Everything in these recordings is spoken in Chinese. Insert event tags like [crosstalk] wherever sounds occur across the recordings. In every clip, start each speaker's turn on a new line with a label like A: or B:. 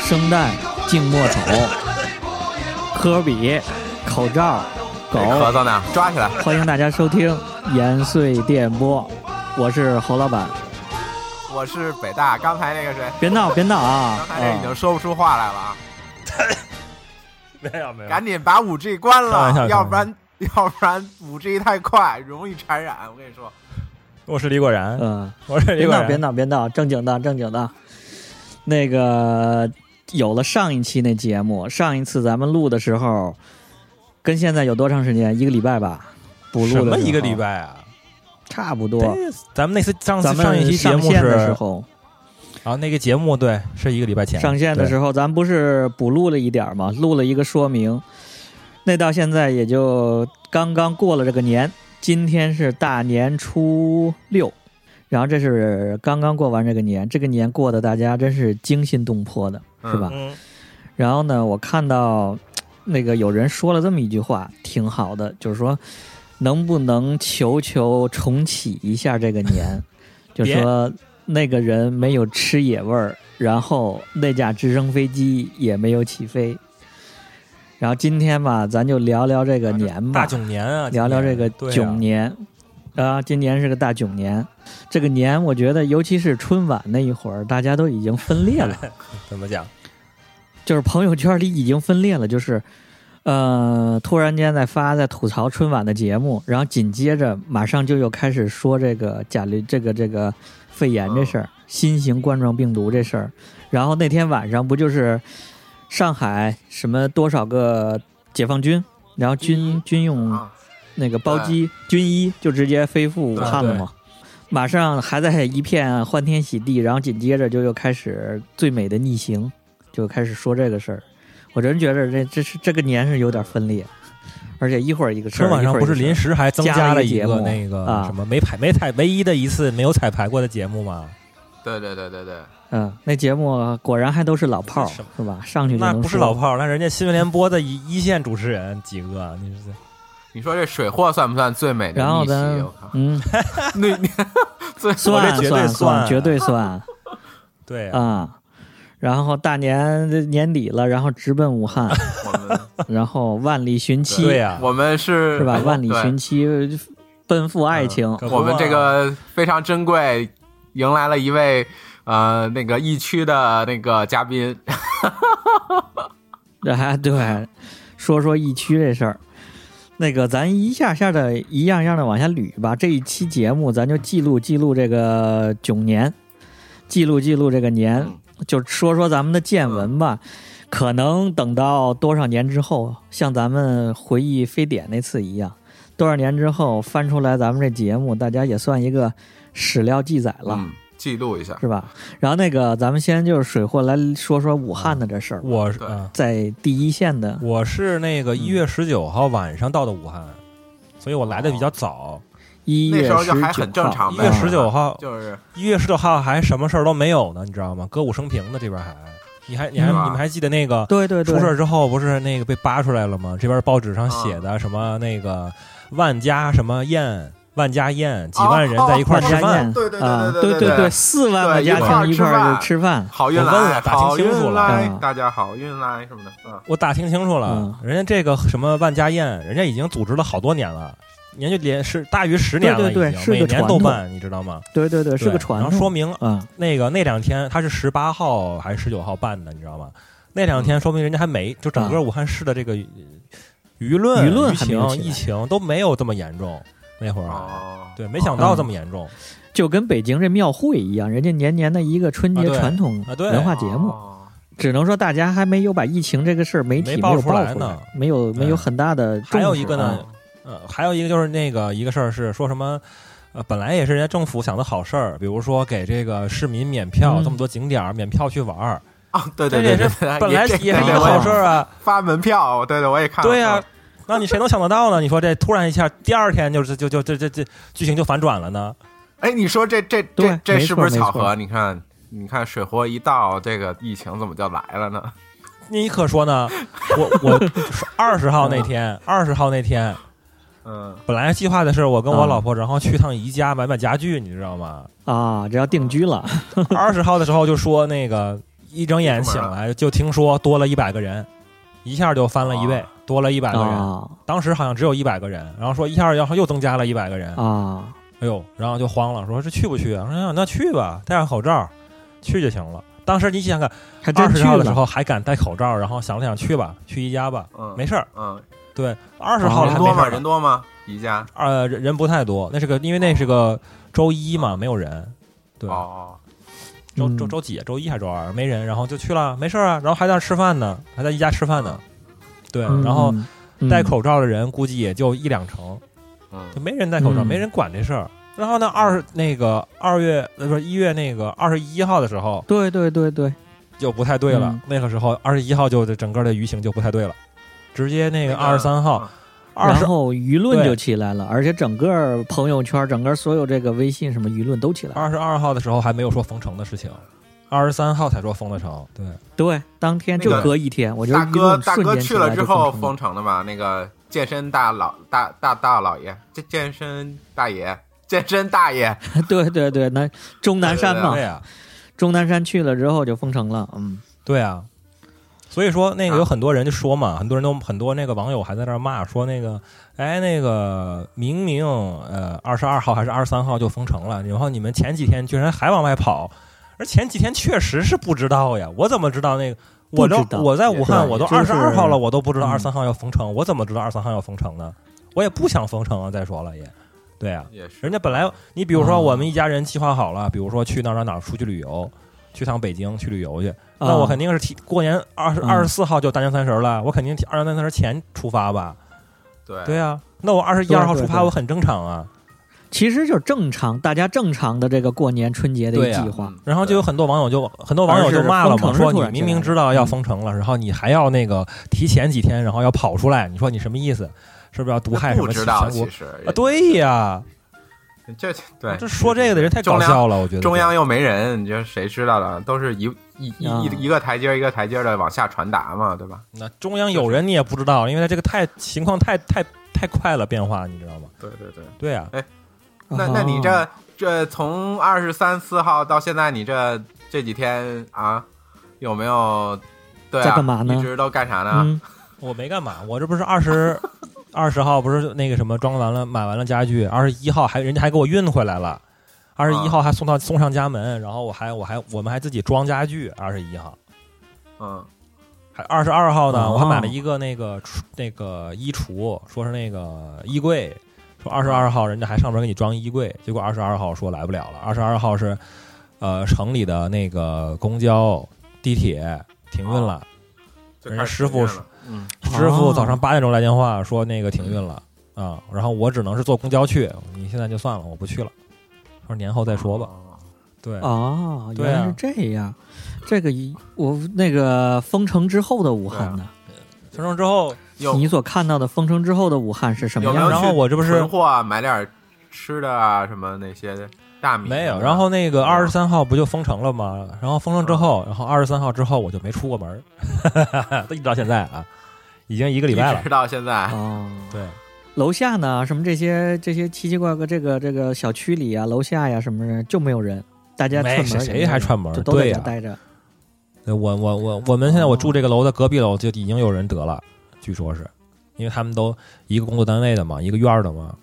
A: 生蛋、静默丑、科比、口罩、狗。
B: 哎
C: 咳嗽呢，哦抓起来。
A: 欢迎大家收听延绥电波，我是侯老板。
C: 我是北大，刚才那个
B: 嗯
C: 谁，
A: 别闹，别闹啊！
C: 刚才
B: 哎
C: 那已经说不出话来了啊！
B: 没有没有，
C: 赶紧把五 G 关
B: 开玩笑开
C: 了，
B: 玩笑
C: 要不然 [laughs] 要不然五 G 太快，容易传染。我跟你说，
B: 我是李果然，
A: 嗯，
B: 我是李
A: 别
B: 果
A: 闹，
B: 然，
A: 别闹，别闹，正经的，正经的。那个有了上一期那节目，上一次咱们录的时候，跟现在有多长时间？一个礼拜吧。补录的
B: 什么
A: 时候
B: 一个礼，拜啊？
A: 差不多。
B: 对咱们那次上次
A: 咱们
B: 上一期节
A: 上
B: 目
A: 线
B: 是
A: 的时候，
B: 啊，那个节目对是一个礼拜前
A: 上线的时
B: 候，
A: 候，咱不是补录了一点儿吗？录了一个说明，那到现在也就刚刚过了这个年，今天是大年初六，然后这是刚刚过完这个年，这个年过得大家真是惊心动魄的，
C: 嗯
A: 是吧？
B: 嗯，
A: 然后呢，我看到那个有人说了这么一句话，挺好的，就是说能不能求求重启一下这个
B: [laughs]
A: 年，就
B: 别
A: 说那个人没有吃野味儿，然后那架直升飞机也没有起飞。然后今天吧，咱就聊聊这个年吧，
B: 大囧年啊，
A: 聊聊这个
B: 今
A: 囧
B: 年
A: 年。啊，今年是个大囧年，这个年我觉得，尤其是春晚那一会儿，大家都已经分裂了。
B: 对啊怎么讲？
A: 就是朋友圈里已经分裂了，就是，呃，突然间在发在吐槽春晚的节目，然后紧接着马上就又开始说这个甲流这个这个肺炎这事儿，新型冠状病毒这事儿，然后那天晚上不就是上海什么多少个解放军，然后军军用
C: 啊，
A: 那个包机军医就直接飞赴武汉了嘛。马上还在一片欢天喜地，然后紧接着就又开始最美的逆行，就开始说这个事儿。我真觉着这这是这个年是有点分裂，而且一会儿一个事儿，
B: 春晚上不是临时还增
A: 加了
B: 了
A: 一
B: 一
A: 节
B: 个
A: 目
B: 那个
A: 啊
B: 什么没排没彩唯一的一次没有彩排过的节目吗？
C: 对对对对对，
A: 嗯，那节目果然还都是老炮儿
B: 是吗
A: 是吧？上去就
B: 那
A: 能
B: 不是
A: 说
B: 老炮儿，那人家新闻联播的一一线主持人几个，你是
C: 你说这水货算不算最美的
A: 然后
C: 逆袭？
A: 咱
C: 我
B: [laughs]
C: 靠，
A: 嗯
C: 那 [laughs] 你最
A: 算
B: 绝对
A: 算
B: 算啊
A: 绝对算。
B: 对啊，
A: 啊、然后大年这年底了，然后直奔
B: [laughs]
A: 武汉，
B: 啊
C: 我们
A: 然后万里寻妻，
B: 对呀，
C: 我们是 [laughs]
A: 是吧？万里寻
C: 对嗯
A: 妻，奔赴爱情。
B: 可不
C: 我们
B: 嘛
C: 这个非常珍贵，迎来了一位呃那个疫区的那个嘉宾，
A: 哎，对，说说疫区这事儿。那个，咱一下下的一样样的往下捋吧。这一期节目，咱就记录记录这个囧年，记录记录这个年
C: 嗯，
A: 就说说咱们的见闻吧。可能等到多少年之后，像咱们回忆非典那次一样，多少年之后翻出来咱们这节目，大家也算一个史料记载了，
C: 嗯，记录一下，
A: 是吧？然后那个，咱们先就是水货来说说武汉的这事儿吧，
B: 我是
C: 对
B: 嗯
A: 在第一线的
B: 我是那个一月十九号晚上到的武汉，所以我来的比较早。
A: 一月
C: 那时候就
A: 19
C: 还很正常
B: 一
C: 呗
B: 月
A: 号
B: 十九号，
C: 就是
B: 一月十九号还什么事儿都没有呢，你知道吗？歌舞升平呢，这边还，你还你还
C: 嗯
B: 你们还记得那个
A: 对对对，啊
B: 出事儿之后不是那个被扒出来了吗？这边报纸上写的什么那个万家什么宴，万家宴，几万人在一块儿
A: 哦万
B: 吃
A: 家
B: 饭。
A: 宴，
C: 对对对
A: 啊
C: 对对
A: 对
C: 对对
A: 四万个家庭一块儿吃饭，
C: 好运
B: 我问
C: 来，
B: 了打听
C: 好
B: 清楚
C: 运
B: 了
C: 来
A: 嗯，
C: 大家好运来什么的，嗯，
B: 我打听清楚了，人家这个什么万家宴，人家已经组织了好多年了，人家就连是大于十年了，
A: 对
B: 已
A: 对对
B: 经
A: 是个
B: 每年
A: 传
B: 都
A: 统
B: 办，你知道吗？
A: 对对对，是个
B: 对
A: 传
B: 然后
A: 统。
B: 说明
A: 啊，
B: 那个那两天他是十八号还是十九号办的，你知道吗？那两
A: 嗯
B: 天说明人家还没，就整个武汉市的这个呃舆论、
A: 舆论
B: 舆
A: 还没有
B: 情、
A: 起来
B: 疫情都没有这么严重，那会儿还。
C: 哦，
B: 对，没想到
A: 嗯
B: 这么严重
A: 就跟北京这庙会一样，人家年年的一个春节
B: 啊对
A: 传统
B: 啊！对，
A: 文化节目，
C: 哦
A: 只能说大家还没有把疫情这个事儿媒体
B: 没
A: 没
B: 爆
A: 有
B: 出来
A: 爆出
B: 呢
A: 来，没有
B: 对
A: 没有很大的重视啊。
B: 还有一个呢呃，还有一个就是那个一个事儿是说什么，呃，本来也是人家政府想的好事儿，比如说给这个市民免票，
A: 嗯
B: 这么多景点儿免票去玩儿，
C: 啊，对
B: 这
C: 对
B: 也
C: 对
B: 是
C: 对，
B: 本来
C: 这
B: 也是
C: 这
B: 一
C: 这
B: 个
C: 我也
B: 好事儿啊，
C: 发门票，对对，我也看了，
B: 对呀、那你谁能想得到呢？你说这突然一下，第二天就是就就这这这剧情就反转了呢？
C: 哎，你说这这这
A: 对
C: 这
A: 没
C: 是不是
A: 错没
C: 巧合？
A: 错
C: 你看，你看，水货一到，这个疫情怎么就来了呢？
B: 你可说呢？我我二十号那天，二十号那天
C: 嗯，
B: 本来计划的是我跟我
A: 嗯
B: 老婆，然后去趟宜家买买家具，你知道吗？
A: 啊啊，这要定居了，
B: 二十号的时候就说那个。一睁眼醒来就听说多了一百个人，一下就翻了一倍
C: 啊，
B: 多了一百个人。
A: 啊
B: 当时好像只有一百个人，然后说一下然后又增加了一百个人，
A: 啊，
B: 哎呦，然后就慌了，说这去不去啊？我说那去吧，戴上口罩去就行了。当时你想想看，
A: 还真
B: 二十
A: 去
B: 号的时
A: 了
B: 候还敢戴口罩，然后想了想去吧，去宜家吧，
C: 嗯，
B: 没事儿。
C: 嗯，
B: 对，二十号
A: 哦
B: 还没
C: 人多
B: 事
C: 吗？
B: 儿呢
C: 人多吗？宜家？
B: 呃，人人不太多，那是个因为那是个周一嘛，没有人。对，
C: 哦
B: 周
A: 嗯
B: 周周几？啊周一还是周二？没人，然后就去了，没事儿啊。然后还在那儿吃饭呢，还在宜家吃饭呢。对，
C: 嗯
B: 然后
A: 嗯嗯
B: 戴口罩的人估计也就一两成，
C: 哦，嗯
B: 就没人戴口罩，
A: 嗯
B: 没人管这事儿。然后呢，二那个二月呃不是一月那个二十一号的时候
A: 对对对对，
B: 就不太对了，
A: 嗯
B: 那个时候二十一号就整个的舆情就不太对了，直接那个嗯
C: 那个
B: 二十三号、二
A: 然
B: 十
A: 后舆论
B: 对
A: 就起来了，而且整个朋友圈、整个所有这个微信什么舆论都起来了。
B: 二十二号的时候还没有说封城的事情，二十三号才说封的城。对，
A: 对，当天就
C: 那个
A: 隔一天，我觉得
C: 大
A: 舆
C: 哥
A: 论
C: 大
A: 瞬
C: 哥
A: 间
C: 去
A: 起来
C: 了之
A: 就
C: 后
A: 成
C: 封城了吧？那个健身大老大大大老爷，健健身大爷，健身大爷，
A: 了 [laughs] 对对对，南终南山嘛
B: 对，呀、啊，
A: 终南山去了之后就封城了，嗯，
B: 对啊。所以说，那个
C: 啊
B: 有很多人就说嘛，很多人都很多那个网友还在那儿骂说那个，哎，那个明明呃二十二号还是二十三号就封城了，然后你们前几天居然还往外跑，而前几天确实是不知道呀，我怎么知道那个？我
A: 不知
B: 都
A: 道
B: 我在武汉，
A: 对
B: 我都
A: 就
B: 二
A: 是
B: 十二号了，我都不知道
A: 嗯
B: 二十三号要封城，我怎么知道二十三号要封城呢？我也不想封城啊，再说了也，对啊，
C: 也是
B: 人家本来你比如
A: 哦
B: 说我们一家人计划好了，比如说去哪儿哪儿哪儿出去旅游，去趟北京去旅游去，那我肯
A: 定
B: 定是提过年二十
A: 嗯
B: 二十四号就大年三十了，我肯定提二十三十前出发吧？
C: 对
B: 对啊，那我二十一
A: 对
B: 二号出
A: 对
B: 发，
A: 对
B: 我很正常啊。
A: 其实就是正常，大家正常的这个过年春节的
B: 对
A: 一
B: 呀
A: 计划，
C: 嗯
B: 然后就有很多网友就很多网友就骂了嘛，
A: 而是封城
B: 说
A: 是突
B: 你
A: 然嗯
B: 明明
A: 进来的
B: 知道要封城了，然后你还要那个提前几天，然后要跑出来，你说你什么意思？是不是要毒害什
C: 不
B: 么全
C: 知道，
B: 国
C: 其？实
B: 啊，对呀，
C: 这对
B: 这说这个的人太搞
C: 中央
B: 笑了，我觉得
C: 中央又没人，你说谁知道了？都是一一一
A: 啊
C: 一一个台阶儿一个台阶的往下传达嘛，对吧？
B: 那中央有人你也不知道，因为他这个太情况太太太快了变化，你知道吗？
C: 对对对。
B: 对啊，
C: 那那你这这从二十三四号到现在，你这这几天啊，有没有对啊？
A: 在干嘛呢
C: 一直都干啥呢？
A: 嗯
B: 我没干嘛，我这不是二十二十号不是那个什么装完了买完了家具，二十一号还人家还给我运回来了，二十一号还送到送上家门，然后我还我还我们还自己装家具，二十一号。
C: 嗯
B: 还二十二号呢，
A: 哦
B: 我还买了一个那个橱那个衣橱，说是那个衣柜，说二十二号人家还上门给你装衣柜，结果二十二号说来不了了。二十二号是呃城里的那个公交、地铁停运了，
C: 就
B: 人家
C: 开始
B: 师傅
C: 训练了嗯，
B: 师傅
A: 哦
B: 早上八点钟来电话说那个停运了啊、然后我只能是坐公交去。你现在就算了，我不去了，说年后再说吧。
C: 哦。
B: 对，
A: 哦，
B: 对
A: 原来
B: 啊
A: 是这样，这个一我那个封城之后的武汉呢？
B: 分钟之后，
C: 有
A: 你所看到的封城之后的武汉是什么
C: 有没
A: 样
C: 有
B: 然
A: 的？
B: 后我这不是
C: 囤货啊，买点儿吃的啊，什么那些大米啊
B: 没有，然后那个二十三号不就封城了吗？然后封城之后，然后二十三号之后我就没出过门儿，一直到现在啊，已经一个礼拜
C: 一
B: 了嗯
C: 直。到现在，
A: 哦，
B: 对，
A: 楼下呢，什么这些这些奇奇怪怪这个这个小区里啊，楼下呀什么的就没有人，大家串
B: 没
A: 门
B: 谁
A: 也没有
B: 谁
A: 人
B: 还串门
A: 就
B: 儿？
A: 都在
B: 对
A: 家
B: 呀、
A: 待着。
B: 对我我我我们现在我住这个楼的隔壁楼就已经有人得了，据说是因为他们都一个工作单位的嘛，一个院儿的嘛，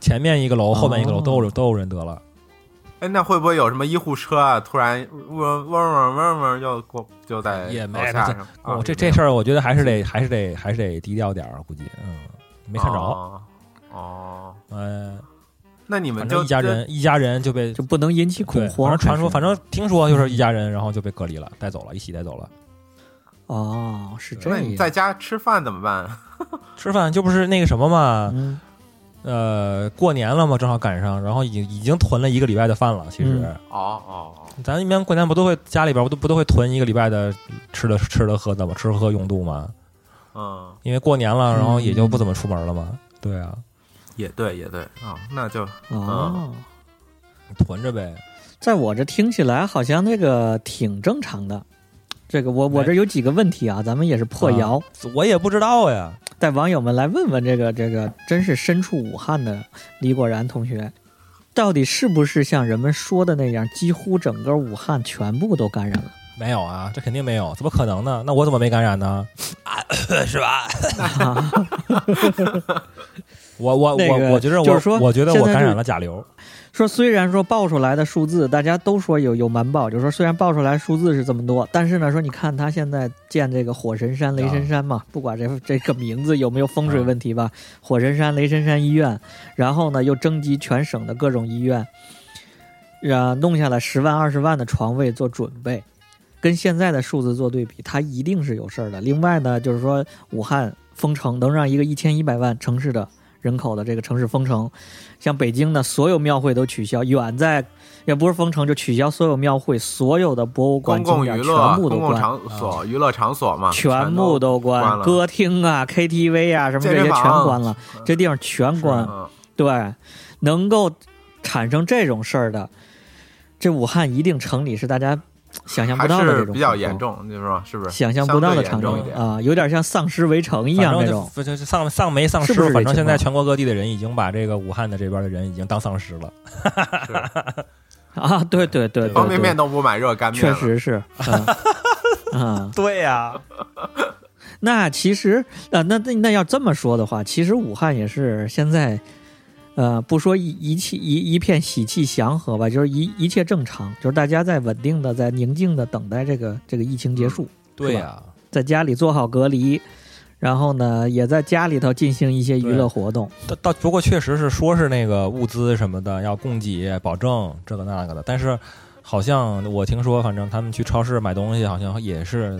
B: 前面一个楼，后面一个楼都有、都有人得了。
C: 哎，那会不会有什么医护车啊？突然嗡嗡嗡嗡嗡就过就在
B: 也没
C: 楼下
B: 这
C: 上
B: 哦
C: 啊，
B: 这
C: 也
B: 这
C: 没
B: 事儿我觉得还是得还是得还是得低调点儿，估计嗯没
C: 有
B: 看着，
C: 哦哦，
B: 嗯、
C: 那你们
B: 反
C: 就
B: 正一家
C: 就
B: 人一家人就被
A: 就不能引起恐
B: 对
A: 慌。
B: 反正传说，
A: 还是
B: 反正听说就是一家人，然后就被隔离了，带走了，一起带走了。
A: 哦，是这
C: 那你
A: 样。
C: 在家吃饭怎么办？啊
B: 吃饭就不是那个什么嘛，
A: 嗯，
B: 呃，过年了嘛，正好赶上，然后已经已经囤了一个礼拜的饭了。其实、
A: 嗯
C: 哦哦，哦
B: 咱一般过年不都会家里边不都不都会囤一个礼拜的吃的吃的喝的嘛，吃喝用度嘛，
C: 嗯，
B: 因为过年了，
A: 嗯
B: 然后也就不怎么出门了嘛。对啊，
C: 也对也对啊、哦那就
A: 哦。
C: 嗯
B: 囤着呗。
A: 在我这听起来好像那个挺正常的。这个我我这有几个问题啊，咱们也是
B: 嗯
A: 破谣，
B: 我也不知道呀，
A: 带网友们来问问这个这个真是身处武汉的李果然同学，到底是不是像人们说的那样，几乎整个武汉全部都感染了？
B: 没有啊，这肯定没有，怎么可能呢？那我怎么没感染呢？ [coughs] 啊，是吧？我我
A: 那个
B: 我我觉得我
A: 就是说
B: 我觉得我
A: 现在
B: 感
A: 是
B: 染了甲流，
A: [laughs] 说虽然说报出来的数字，大家都说有有瞒报，就说虽然报出来数字是这么多，但是呢，说你看他现在建这个火神山、雷神山嘛，不管这这个名字有没有风水问题吧，火神山、雷神山医院，然后呢又征集全省的各种医院，呃，弄下来十万、二十万的床位做准备。跟现在的数字做对比，它一定是有事儿的。另外呢，就是说武汉封城能让一个一千一百万城市的人口的这个城市封城，像北京呢，所有庙会都取消，远在也不是封城，就取消所有庙会，所有的博物馆
C: 公共
A: 景
C: 娱
A: 点
C: 乐、
A: 全部
C: 公
A: 都
C: 共
A: 关，
C: 场
B: 嗯
C: 所、娱乐场所嘛，
A: 全
C: 都
A: 部都
C: 关
A: 关，
C: 了
A: 歌厅啊、KTV 啊什么这
C: 健
A: 些
C: 身
A: 全
C: 房
A: 关了，这地方全
B: 是
A: 关。
C: 嗯
A: 对，能够产生这种事儿的，这武汉一定城里是大家想象不
C: 还
A: 到的这
C: 是
A: 种
C: 比较
A: 情况
C: 严重，就是说是不是？
A: 想象不到的场
C: 相对
A: 景
C: 严重一点。
A: 啊，有点像丧尸围城一
B: 反
A: 样
B: 正
A: 那
B: 就
A: 种。
B: 就就丧丧没丧
A: 是不
B: 尸，
A: 是这
B: 反正现在
A: 情
B: 全国各地的人已经把这个武汉的这边的人已经当丧尸了。
A: [laughs] 啊，对对对对对，
C: 方便面都不买热干面
A: 确
C: 了，
A: 实是，嗯 [laughs] 嗯，
B: 对呀，
A: 那其实啊、那那那要这么说的话，其实武汉也是现在，呃，不说一一气一一片喜气祥和吧，就是一一切正常，就是大家在稳定的、在宁静的等待这个这个疫情结
C: 嗯
A: 束，
B: [laughs] 对呀，
A: 在家里做好隔离，然后呢，也在家里头进行一些娱乐活动。
B: 到到不过确实是说是那个物资什么的要供给保证这个那个的，但是好像我听说，反正他们去超市买东西好像也是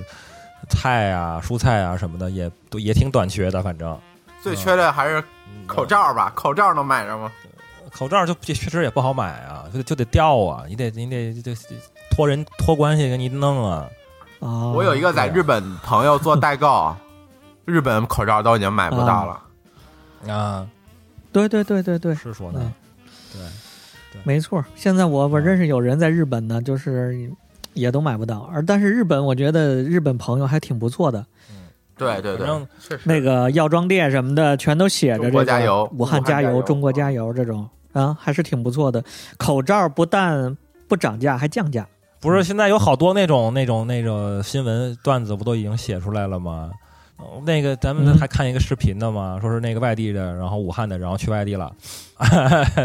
B: 菜啊、蔬菜啊什么的也都也挺短缺的，反正
C: 最缺的还是
B: 嗯
C: 口罩吧？口罩能买着吗？
A: 嗯
B: 口罩就就确实也不好买啊，就得就得掉啊，你得你得就就托人托关系给你弄啊，
A: 啊，
C: 我有一个在日本朋友做代购，啊日本口罩都已经买不
A: 嗯
C: 到了。
B: 啊，
A: 对对对对对，
B: 是说呢
A: 嗯，
B: 对，
A: 没错儿，现在
B: 啊
A: 我我认识有人在日本呢，就是也都买不到。而但是日本，我觉得日本朋友还挺不错的，
C: 对对
B: 反
C: 对，
B: 正
C: 确实
A: 那个药妆店什么的全都写着
C: 中
A: 这
C: 国加
A: 个
C: 油
A: 武汉加
C: 武汉加
A: 油、
C: 油
A: 中国加油这种啊，还是挺不错的。口罩不但不涨价，还降价。
B: 不是现在有好多那种那种那种新闻段子不都已经写出来了吗？哦那个咱们
A: 嗯
B: 还看一个视频的嘛，说是那个外地的，然后武汉的，然后去外地了， [laughs]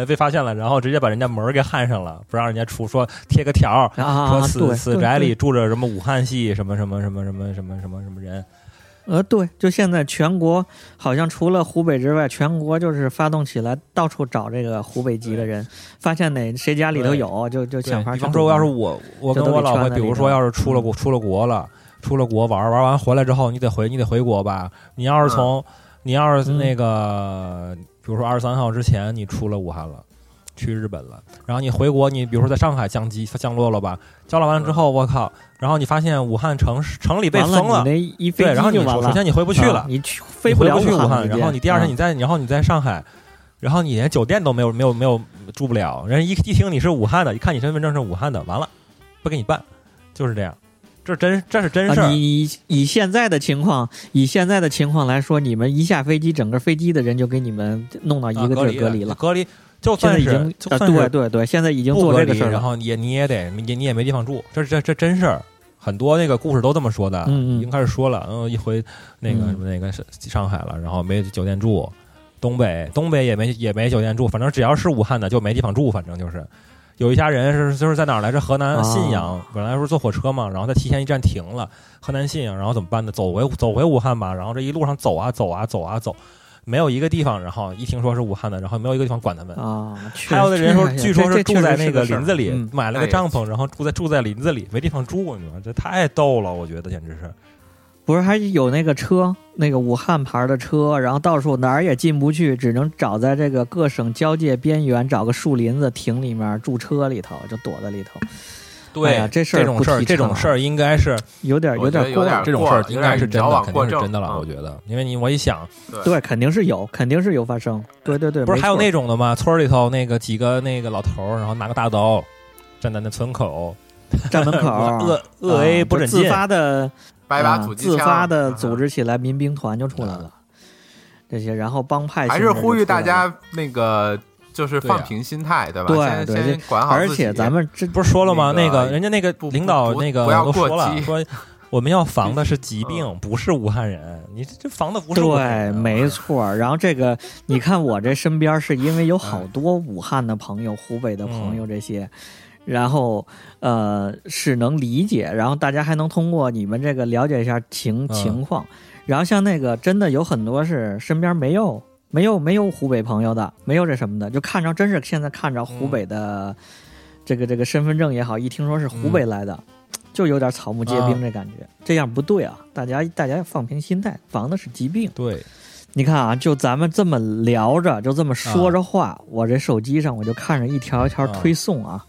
B: 被发现了，然后直接把人家门儿给焊上了，不让人家出，说贴个条儿，
A: 啊，
B: 说
A: 对，
B: 此
A: 对
B: 此宅里
A: 对
B: 住着什么武汉系什么什么什么什么什么什么什么人，
A: 呃，对，就现在全国好像除了湖北之外，全国就是发动起来，到处找这个湖北籍的人，发现哪谁家里头
B: 对
A: 有，就就
B: 对
A: 想法
B: 比
A: 去
B: 方
A: 堵
B: 说，要是
A: 门
B: 我我
A: 这
B: 跟
A: 都
B: 我
A: 得
B: 老
A: 圈
B: 婆，
A: 在
B: 比
A: 里
B: 如说
A: 头
B: 要是出了
A: 嗯
B: 国出了国了，出了国玩儿玩儿完回来之后，你得回你得回国吧？你要是从、你要是
A: 嗯
B: 那个，比如说二十三号之前你出了武汉了。去日本了，然后你回国，你比如说在上海降级降落了吧，降落完了之后，我靠，然后你发现武汉城市城里被
A: 完
B: 封
A: 了，
B: 了，
A: 你那一飞
B: 对，
A: 机
B: 然后你
A: 就完
B: 首
A: 了，嗯
B: 首先你回不
A: 不
B: 去了，
A: 啊你去飞
B: 不
A: 了
B: 去武
A: 汉
B: 汉，
A: 直接，
B: 然后你第二天你
A: 啊
B: 在，然后你在上海，然后你连酒店都没有没有没有住不了，人家一一听你是武汉的，一看你身份证是武汉的，完了不给你办，就是这样，这是真这是真事
A: 啊
B: 儿，
A: 你以以现在的情况，以现在的情况来说，你们一下飞机，整个飞机的人就给你们弄到一
B: 啊
A: 个地儿
B: 离
A: 隔
B: 隔
A: 离了。
B: 隔离就
A: 现在
B: 算
A: 已
B: 是
A: 经
B: 就
A: 啊，
B: 算
A: 对
B: 是
A: 对对，现在已经
B: 不
A: 做
B: 隔
A: 这个
B: 离，
A: 事儿
B: 然
A: 了。
B: 后也你也得你你也没地方住，这这这真事儿。很多那个故事都这么说的，
A: 嗯嗯
B: 已经开始说了。嗯，一回那个
A: 嗯
B: 什么那个是上海了，然后没酒店住，东北东北也没也没酒店住，反正只要是武汉的就没地方住，反正就是有一家人是就是在哪儿来着？河南
A: 啊
B: 信阳，本来不是坐火车嘛，然后他提前一站停了，河南信阳，然后怎么办呢？走回走回武汉吧，然后这一路上走啊走啊走啊走，没有一个地方，然后一听说是武汉的，然后没有一个地方管他们，
A: 啊，
B: [laughs]
A: 确
B: 还有的人说
A: 确，实
B: 据说
A: 这
B: 是
A: 这
B: 住
A: 确
B: 在
A: 实
B: 那
A: 是
B: 个
A: 事儿
B: 林子里
A: 嗯，
B: 买了个帐篷，然后住在住在林子里，没地方住，你说这太逗了，我觉得简直是。
A: 不是还有那个车，那个武汉牌的车，然后到处哪儿也进不去，只能找在这个各省交界边缘找个树林子停里面住车里头，就躲在里头，哎呀这事儿
B: 这种
A: 不
B: 事儿，
A: 提
B: 这
A: 倡
B: 种
A: 啊
B: 事儿应该是
A: 有点
C: 我觉
A: 点
C: 得有
A: 过
C: 点
A: 了
C: 儿。
B: 这种事
C: 过
B: 儿
C: 了
B: 应该是真
C: 有
B: 的，
C: 点矫枉
B: 肯
C: 过
B: 定是
C: 正
B: 真的了，
C: 嗯
B: 我觉得，因为你我一想，
A: 对，肯定是有，肯定是有发生。对对对，
B: 不是
A: 没
B: 还有
A: 错
B: 那种的吗？村儿里头那个几个那个老头儿，然后拿个大刀站在那村口，
A: 站门口
B: 恶恶
A: 啊
B: A 不
A: 就
B: 准
A: 自
B: 进，
A: 发
C: [laughs]
A: 的
C: 拜把
A: 啊
C: 阻击
A: 自
C: 枪
A: 发的组
C: 啊
A: 织起来民兵团就出来了，这些然后帮派
C: 还
A: 性
C: 是
A: 质就
C: 呼吁
A: 出来
C: 大
A: 了
C: 家那个就是
B: 对啊
C: 放
B: 呀
C: 平心态，对吧？
A: 对
C: 先
A: 对
C: 先
A: 这
C: 管好
A: 而
C: 自己。
A: 且咱们这
B: 不是说了吗？
C: 那
B: 那
C: 个
B: 个人家那个
C: 不
B: 领导
C: 不
B: 那个
C: 不要
B: 都说
C: 过
B: 了，
C: 激嗯
B: 说我们要防的是疾病，不是武汉人。你这这防的不是武汉
A: 对，
B: 人啊
A: 没错儿。然后这个，你看我这身边是因为有好
B: 嗯
A: 多武汉的朋友、湖北的朋友这些，然后呃是能理解，然后大家还能通过你们这个了解一下情
B: 嗯
A: 情况。然后像那个真的有很多是身边没有没有没有湖北朋友的，没有这什么的，就看着真是现在看着湖
B: 嗯
A: 北的这个这个身份证也好，一听说是湖
B: 嗯
A: 北来的。就有点草木
B: 啊
A: 皆兵这感觉，这样不对啊！大家大家放平心态，防的是疾病。
B: 对，
A: 你看啊，就咱们这么聊着，就这么说着话，
B: 啊
A: 我这手机上我就看着一条一条推送啊。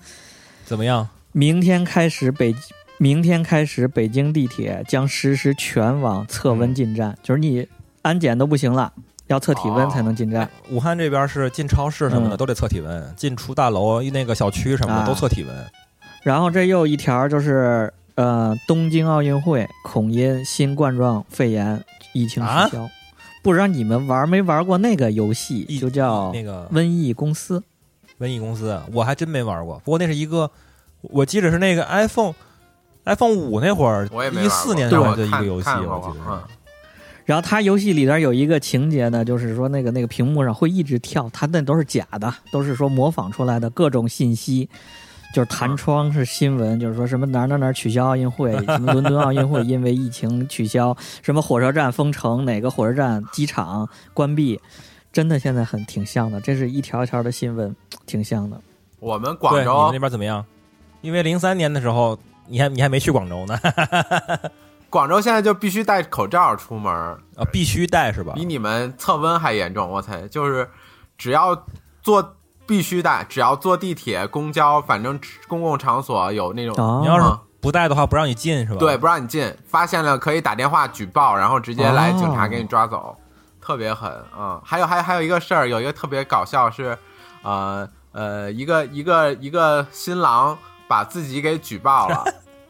B: 怎么样？
A: 明天开始北，明天开始北京地铁将实施全网测温进
B: 嗯
A: 站，就是你安检都不行了，要测体温才能进站。
B: 武汉这边是进超市什么的
A: 嗯
B: 都得测体温，进出大楼、那个小区什么
A: 啊
B: 的都测体温。
A: 然后这又一条就是，呃，东京奥运会恐因新冠状肺炎疫情取消。
B: 啊
A: 不知道你们玩没玩过那个游戏
B: 疫，
A: 就叫
B: 那个
A: 瘟疫公司。
B: 瘟疫公司，我还真没玩过。不过那是一个，我记得是那个 iPhone iPhone 五那会儿
C: 我也，没
B: 一
C: 玩过
B: 四年
C: 但
B: 上来
C: 我
B: 的一
C: 看
B: 个游戏，
C: 看过
B: 我记得
C: 嗯
B: 是。
A: 然后它游戏里边有一个情节呢，就是说那个那个屏幕上会一直跳，它那都是假的，都是说模仿出来的各种信息，就是弹窗是新闻，就是说什么哪儿哪儿哪儿取消奥运会， [laughs] 什么伦敦奥运会因为疫情取消，什么火车站封城，哪个火车站机场关闭，真的现在很挺像的，这是一条一条的新闻，挺像的。
C: 我们
B: 对，你们
C: 广州
B: 那边怎么样？因为零三年的时候，你还你还没去广州呢， [laughs]
C: 广州现在就必须戴口罩出门儿，
B: 啊，必须戴是吧
C: 比？你们测温还严重。我猜就是只要坐必须戴，只要坐地铁、公交，反正公共场所有那种，
A: 啊
B: 你要是
C: 嗯
B: 不戴的话，不让你进是吧？
C: 对，不让你进，发现了可以打电话举报，然后直接来
A: 哦
C: 警察给你抓走，特别狠啊、嗯还有还有还有一个事儿，有一个特别搞笑是，呃呃，一个一个一个新郎把自己给举报
A: [laughs]
C: 了。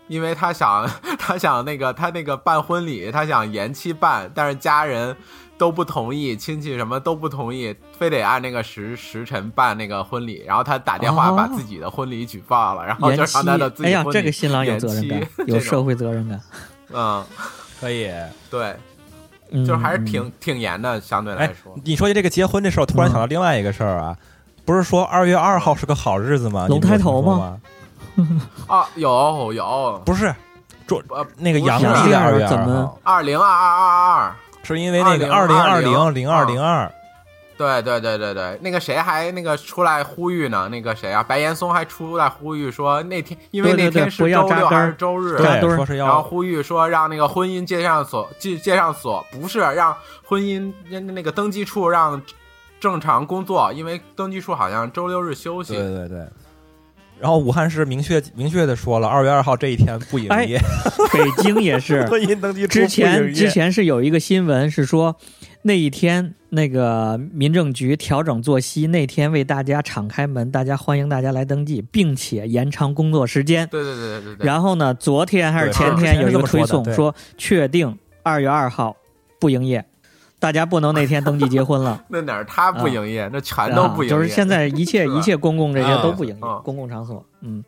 C: 因为他想， [laughs] 他想那个，他那个办婚礼，他想延期办，但是家人都不同意，亲戚什么都不同意，非得按那个时时辰办那个婚礼。然后他打电话把
A: 哦
C: 自己的婚礼举报了，然后就
A: 延期
C: 让他的，自
A: 哎
C: 己
A: 呀
C: 婚，礼
A: 这个新郎有责任感
C: 延期，
A: 有
C: [laughs] 这种
A: 社会责任感，
C: 嗯，
B: 可以。
C: 对，
A: 嗯、
C: 就是还是
A: 嗯哎
C: 挺、挺严的，相对来说。
B: 哎你说起这个结婚这事儿，我突然想到另外一个事儿啊，不是说二月二号是个好日子吗？
A: 龙
B: 你们有
A: 抬头
B: 听说
A: 吗
B: 吗？
C: 啊，有有，
B: 不是，
C: 呃，
B: 那个
C: 不是
B: 阳
C: 阳
B: 历
A: 历
B: 的二月
A: 怎
B: 二
A: 么
B: 号，
C: 二零二啊二二二二，
B: 是因为那个二零二
C: 2020
B: 零零二零二，
C: 对对对对对，那个谁还那个出来呼吁呢？那个谁啊，白岩松还出来呼吁说那天，因为
A: 对对
C: 那天
A: 对
C: 是
A: 不要
C: 周
A: 扎
C: 六
A: 根
C: 还
A: 儿
C: 是周日，啊
A: 扎
B: 对，
A: 堆儿
B: 说是
C: 然后
B: 要
C: 呼吁说让那个婚姻介绍所介介绍所不是让婚姻那那个登记处让正常工作，因为登记处好像周六日休息
B: 对。对对。然后武汉市明确明确的说了，二月二号这一天不营业，。
A: 北京也哎是
B: 婚姻登记处
A: [laughs] 之
B: 不
A: 前
B: 营业
A: 之前是有一个新闻是说，那一天那个民政局调整作息，那天为大家敞开门，大家欢迎大家来登记，并且延长工作时间。
C: 对对对对对对，。
A: 然后呢，昨天还是
B: 对
A: 前
B: 之
A: 天
B: 前
A: 有
B: 是
A: 一
B: 这
A: 个
B: 么
A: 推
B: 说的
A: 送
B: 对
A: 说，确定二月二号不营业，大家不能那天登记结婚了
C: 那哪儿他不营业，那全都
A: 啊
C: 不营业。
A: 就是现在一切
C: [laughs] 是吧
A: 一切公共这些都不营业
C: 啊，
A: 公共场所。嗯，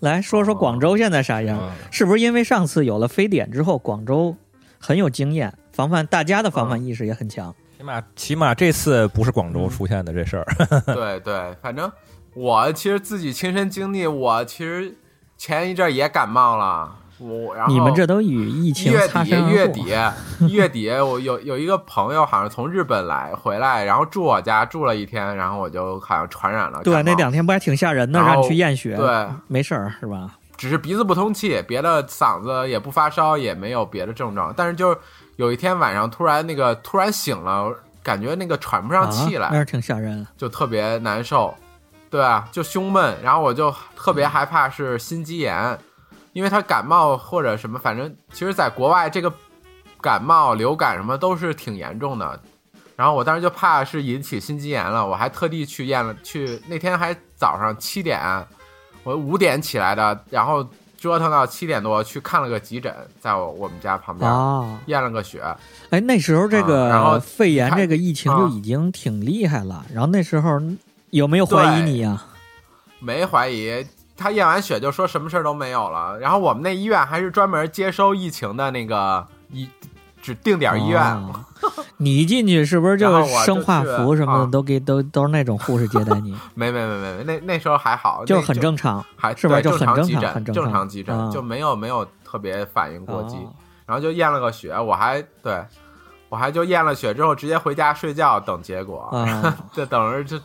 A: 来说
C: 哦
A: 说广州现在啥样？
B: 嗯
A: 是不是因为上次有了非典之后，广州很有经验，防范大家的防
C: 嗯
A: 范意识也很强？
B: 起码起码这次不是广
A: 嗯
B: 州出现的这
C: [laughs]
B: 事儿，
A: [laughs]
C: 对对，反正我其实自己亲身经历，我其实前一阵儿也感冒了，我然后
A: 你们这都与疫情
C: 月
A: 擦
C: 底
A: 身而过。
C: 月底 [laughs] 月底，我有有一个朋友好像从日本来回来，然后住我家住了一天，然后我就好像传染了感冒，
A: 对，那两天不还挺吓人的，
C: 然后
A: 让你去验血，
C: 对，
A: 没事儿是吧？
C: 只是鼻子不通气，别的嗓子也不发烧，也没有别的症状，但是就是有一天晚上突然那个突然醒了，感觉那个喘不上气来
A: 啊，，那是挺吓人。
C: 就特别难受，对啊，就胸闷，然后我就特别害怕是心肌炎，因为他感冒或者什么，反正其实在国外这个感冒、流感什么都是挺严重的，然后我当时就怕是引起心肌炎了，我还特地去验了，去那天还早上七点，我五点起来的，然后折腾到七点多去看了个急诊，在我我们家旁边、
A: 啊，
C: 验了个血，
A: 哎，那时候这
C: 啊然后
A: 个肺炎
C: 看
A: 这个疫情
C: 啊
A: 就已经挺厉害了，然后那时候有没有怀疑你啊呀、
C: 没怀疑。他验完血就说什么事儿都没有了。然后我们那医院还是专门接收疫情的那个医指定点医院，
A: 哦你一进去是不是
C: 然
A: 就
C: 后我就
A: 生化
C: 去
A: 服什么
C: 啊
A: 的都给、都都是那种护士接待
C: [laughs]
A: 你，
C: 没没没没没，那那时候还好，
A: 就是
C: 那
A: 很正常。
C: 还
A: 是吧
C: 对
A: 就
C: 正
A: 很
C: 常
A: 正
C: 急
A: 常
C: 诊，
A: 很正
C: 正
A: 常
C: 常急诊、
A: 啊
C: 就没有没有特别反应过激，
A: 哦
C: 然后就验了个血，我还对我还就验了血之后直接回家睡觉等结果，
A: 啊
C: 就等着这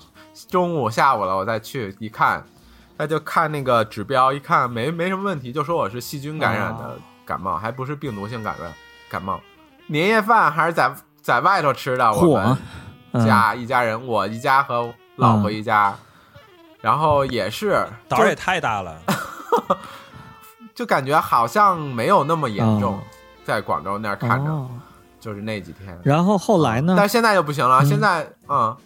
C: 中午下午了我再去一看，他就看那个指标一看没没什么问题，就说我是细菌感染的
A: 哦
C: 感冒，还不是病毒性感染感冒，年夜饭还是在在外头吃的， [laughs] 我
A: 嚯
C: 们。
A: 嗯
C: 家、一家人，我一家和老婆
A: 嗯
C: 一家，然后也是
B: 胆儿也太大了，
C: 啊就感觉好像没有那么严重，
A: 哦
C: 在广州那儿看着、
A: 哦
C: 就是那几天，
A: 然后后来呢？
C: 但现在就不行了，
A: 嗯
C: 现在嗯，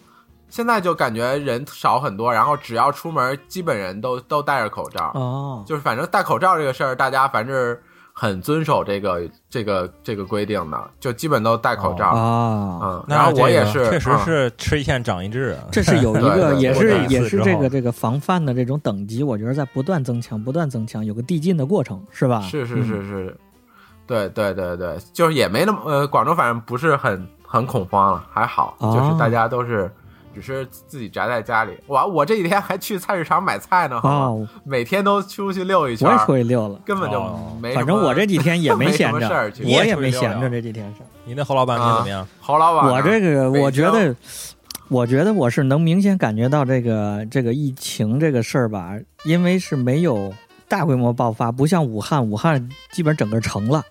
C: 现在就感觉人少很多，然后只要出门，基本人都都戴着口罩，
A: 哦，
C: 就是反正戴口罩这个事儿，大家反正是很遵守这个这个这个规定的，就基本都戴口罩，
A: 啊，
C: 嗯，
B: 那
C: 然后我
B: 这
C: 也
B: 个
C: 是，
B: 确实
C: 嗯
B: 是吃一堑长一智啊。
A: 这是有一
C: [laughs] 对
A: 个，
C: 对
A: 也
C: 对
A: 是
C: 对
A: 也是
B: 对
A: 这个这个防范的这种等级，我觉得在不断增强，不断增强，有个递进的过程，是吧？
C: 是是
A: 嗯
C: 是是，对对对对，就是也没那么呃，广州反正不是很很恐慌了，还好，
A: 哦
C: 就是大家都是只是自己宅在家里。我我这几天还去菜市场买菜呢，好吗
A: 哦，
C: 每天都出去溜一圈
A: 我也
C: 儿，
A: 出去溜了，
C: 根本就
B: 哦
C: 没什么。
A: 反正我这几天也
C: 没什
A: 闲
C: 么事
A: 着
C: 儿，去
A: 我也
B: 你也出去
A: 没
B: 溜
A: 闲着
B: 溜
A: 这几天是。
B: 你那侯老板
C: 啊
B: 你怎么样？
C: 侯老板呢，
A: 我这个，
C: 北
A: 我觉
C: 京
A: 得，我觉得我是能明显感觉到这个这个疫情这个事儿吧，因为是没有大规模爆发，不像武汉，武汉基本整个城了。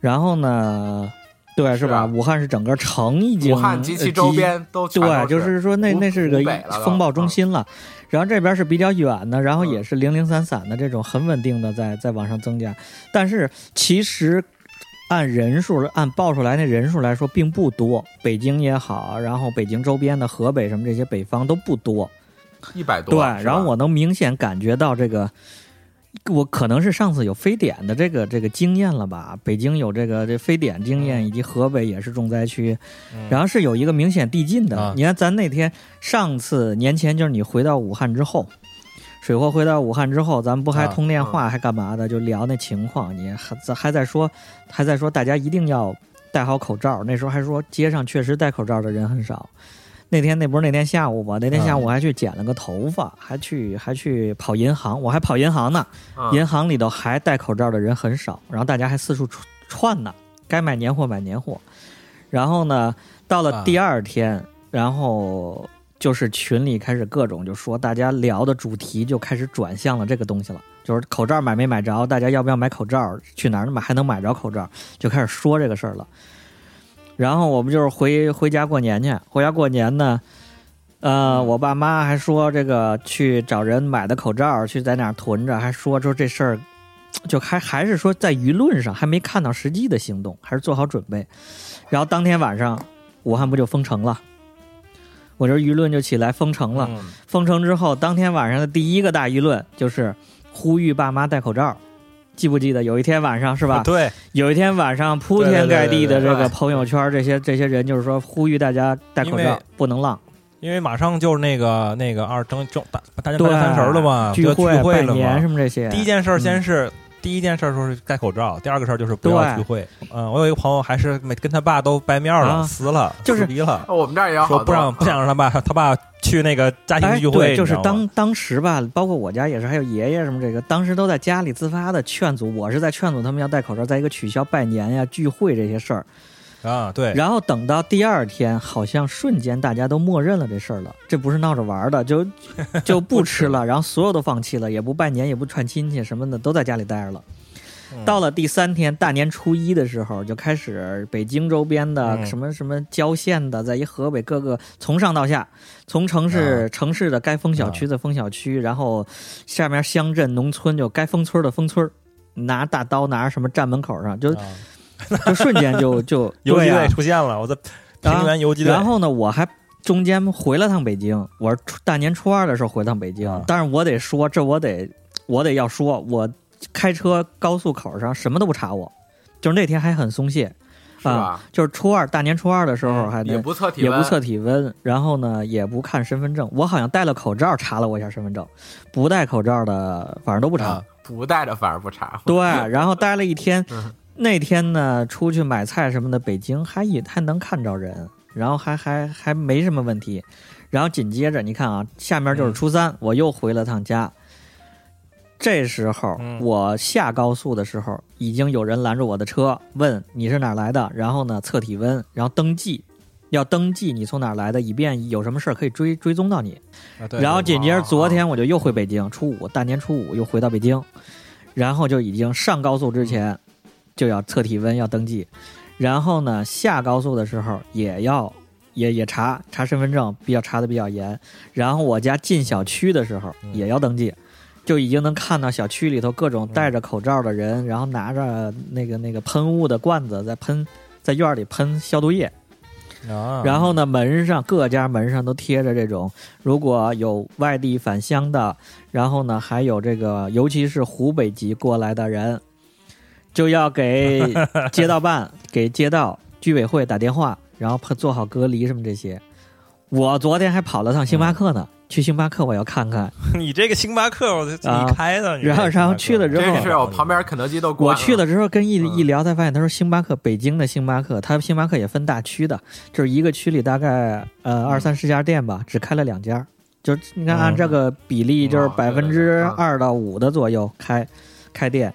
A: 然后呢，对，
C: 是
A: 吧？
C: 啊
A: 武汉是整个城已经
C: 武汉及
A: 呃
C: 其周边都全
A: 对，
C: 都
A: 就是说那
C: 湖
A: 那是个
C: 湖北了都
A: 风暴中心了，然后这边是比较远的，然后
C: 嗯
A: 也是零零散散的这种很稳定的在在往上增加，但是其实按人数按报出来那人数来说并不多，北京也好，然后北京周边的河北什么这些北方都不多，
C: 一百多，
A: 对，
C: 是
A: 然后
C: 吧
A: 我能明显感觉到这个。我可能是上次有非典的这个这个经验了吧？北京有这个这非典经验，以及河北也是重灾区，
B: 嗯
A: 然后是有一个明显递进的。
B: 啊
A: 你看，咱那天上次年前就是你回到武汉之后，水货回到武汉之后，咱们不还
B: 啊
A: 通电话，还干嘛的？就聊那情况，你还在还在说，还在说大家一定要戴好口罩。那时候还说街上确实戴口罩的人很少。那天那不是那天下午吗？那天下午我还去剪了个头发，还去还去跑银行，我还跑银行呢。
C: 嗯
A: 银行里头还戴口罩的人很少，然后大家还四处串串呢，该买年货买年货。然后呢，到了
B: 啊
A: 第二天，然后就是群里开始各种就说，大家聊的主题就开始转向了这个东西了，就是口罩买没买着，大家要不要买口罩，去哪儿买还能买着口罩，就开始说这个事儿了。然后我们就是回回家过年去，回家过年呢，呃，我爸妈还说这个去找人买的口罩，去在哪儿囤着，还说说这事儿，就还还是说在舆论上还没看到实际的行动，还是做好准备。然后当天晚上，武汉不就封城了？我这舆论就起来封城了。
B: 嗯
A: 封城之后，当天晚上的第一个大舆论就是呼吁爸妈戴口罩。记不记得有一天晚上是吧？
B: 啊对，
A: 有一天晚上铺天盖地
B: 对对对对
A: 的这
C: 对
A: 个朋友圈，这些这些人就是说呼吁大家戴口
B: 因
A: 罩
B: 为，
A: 不能浪。
B: 因为马上就是那个那个二正正大大年
A: 对，
B: 三十了嘛，
A: 聚
B: 就啊聚
A: 拜
B: 会了
A: 年
B: 嘛
A: 什。么嗯这些。
B: 第一件事儿先是。第一件事儿说是戴口罩，第二个事儿就是不要
A: 对
B: 聚会。嗯，我有一个朋友还是没跟他爸都掰面儿
A: 啊
B: 了，撕了，
A: 就是
B: 撕逼了，
C: 哦我们这儿也有好
B: 说
C: 多
B: 不让不想让他爸他爸去那个家庭
A: 哎，
B: 聚会，
A: 对，就是
B: 你知道吗
A: 当当时吧，包括我家也是，还有爷爷什么这个，当时都在家里自发的劝阻，我是在劝阻他们要戴口罩，在一个取消拜年呀、聚会这些事儿。
B: 啊，对，
A: 然后等到第二天，好像瞬间大家都默认了这事儿了，这不是闹着玩儿的，就
B: [laughs]
A: 就不吃了，然后所有都放弃了，也不拜年，也不串亲戚什么的，都在家里待着了。
B: 嗯
A: 到了第三天大年初一的时候，就开始北京周边的
B: 嗯
A: 什么什么郊县的，在一河北各个从上到下，从城
B: 啊
A: 市城市的该封小区的封小区，然后下面乡镇农村就该封村的封村儿，拿大刀拿什么站门口上，就
B: 啊
A: 就瞬间就就
B: [laughs] 游击
A: 对啊
B: 队出现了，我在平原游击队，
A: 然后呢，我还中间回了趟北京，我是初大年初二的时候回趟北京，
B: 啊
A: 但是我得说，这我得我得要说，我开车高速口上什么都不查我，就是那天还很松懈，
C: 吧？
A: 就是初二大年初二啊的时候还
C: 嗯也
A: 得
C: 不测体
A: 也
C: 温，
A: 不测体温，然后呢也不看身份证。我好像戴了口罩，查了我一下身份证，不戴口罩的反正都不查。
B: 啊
C: 不戴着反而
A: [laughs]
C: 不查。
A: 对，然后待了一天
C: 嗯，
A: [laughs] 那天呢出去买菜什么的，北京还也还能看着人，然后还还还没什么问题。然后紧接着你看啊，下面就是初三，我又回了趟家。这时候
B: 嗯
A: 我下高速的时候，已经有人拦住我的车，问你是哪儿来的，然后呢测体温，然后登记，要登记你从哪儿来的，以便有什么事儿可以追追踪到你。
B: 啊对
A: 然后紧接着
C: 啊
A: 昨天我就又回北京，初五大年初五又回到北京，然后就已经上高速
B: 嗯
A: 之前就要测体温要登记，然后呢下高速的时候也要也也查查身份证，比较查的比较严。然后我家进小区的时候
B: 嗯
A: 也要登记，就已经能看到小区里头各种
B: 嗯
A: 戴着口罩的人，然后拿着那个那个喷雾的罐子在喷，在院里喷消毒液。
B: 啊，
A: 然后呢，门上各家门上都贴着这种，如果有外地返乡的，然后呢，还有这个，尤其是湖北籍过来的人，就要给街道办、给街道居委会打电话，然后做好隔离什么这些。我昨天还跑了趟星巴克呢，去星巴克我要看看。
B: [laughs] 你这个星巴克，我自
A: 啊
B: 己开的，你这
A: 然后
B: 星巴克啊
A: 然后去了之后
C: 真是我旁边肯德基都关
A: 我
C: 了。
A: 去的时候跟一
C: 嗯
A: 一聊才发现，他说星巴克，北京的星巴克，他星巴克也分大区的，就是一个区里大概呃
C: 嗯
A: 二三十家店吧，只开了两家，就是你看
B: 嗯
A: 按这个比例，就是
C: 哦
A: 百
C: 对对
A: 分
C: 对
A: 之
C: 啊
A: 二到五的左右开开店，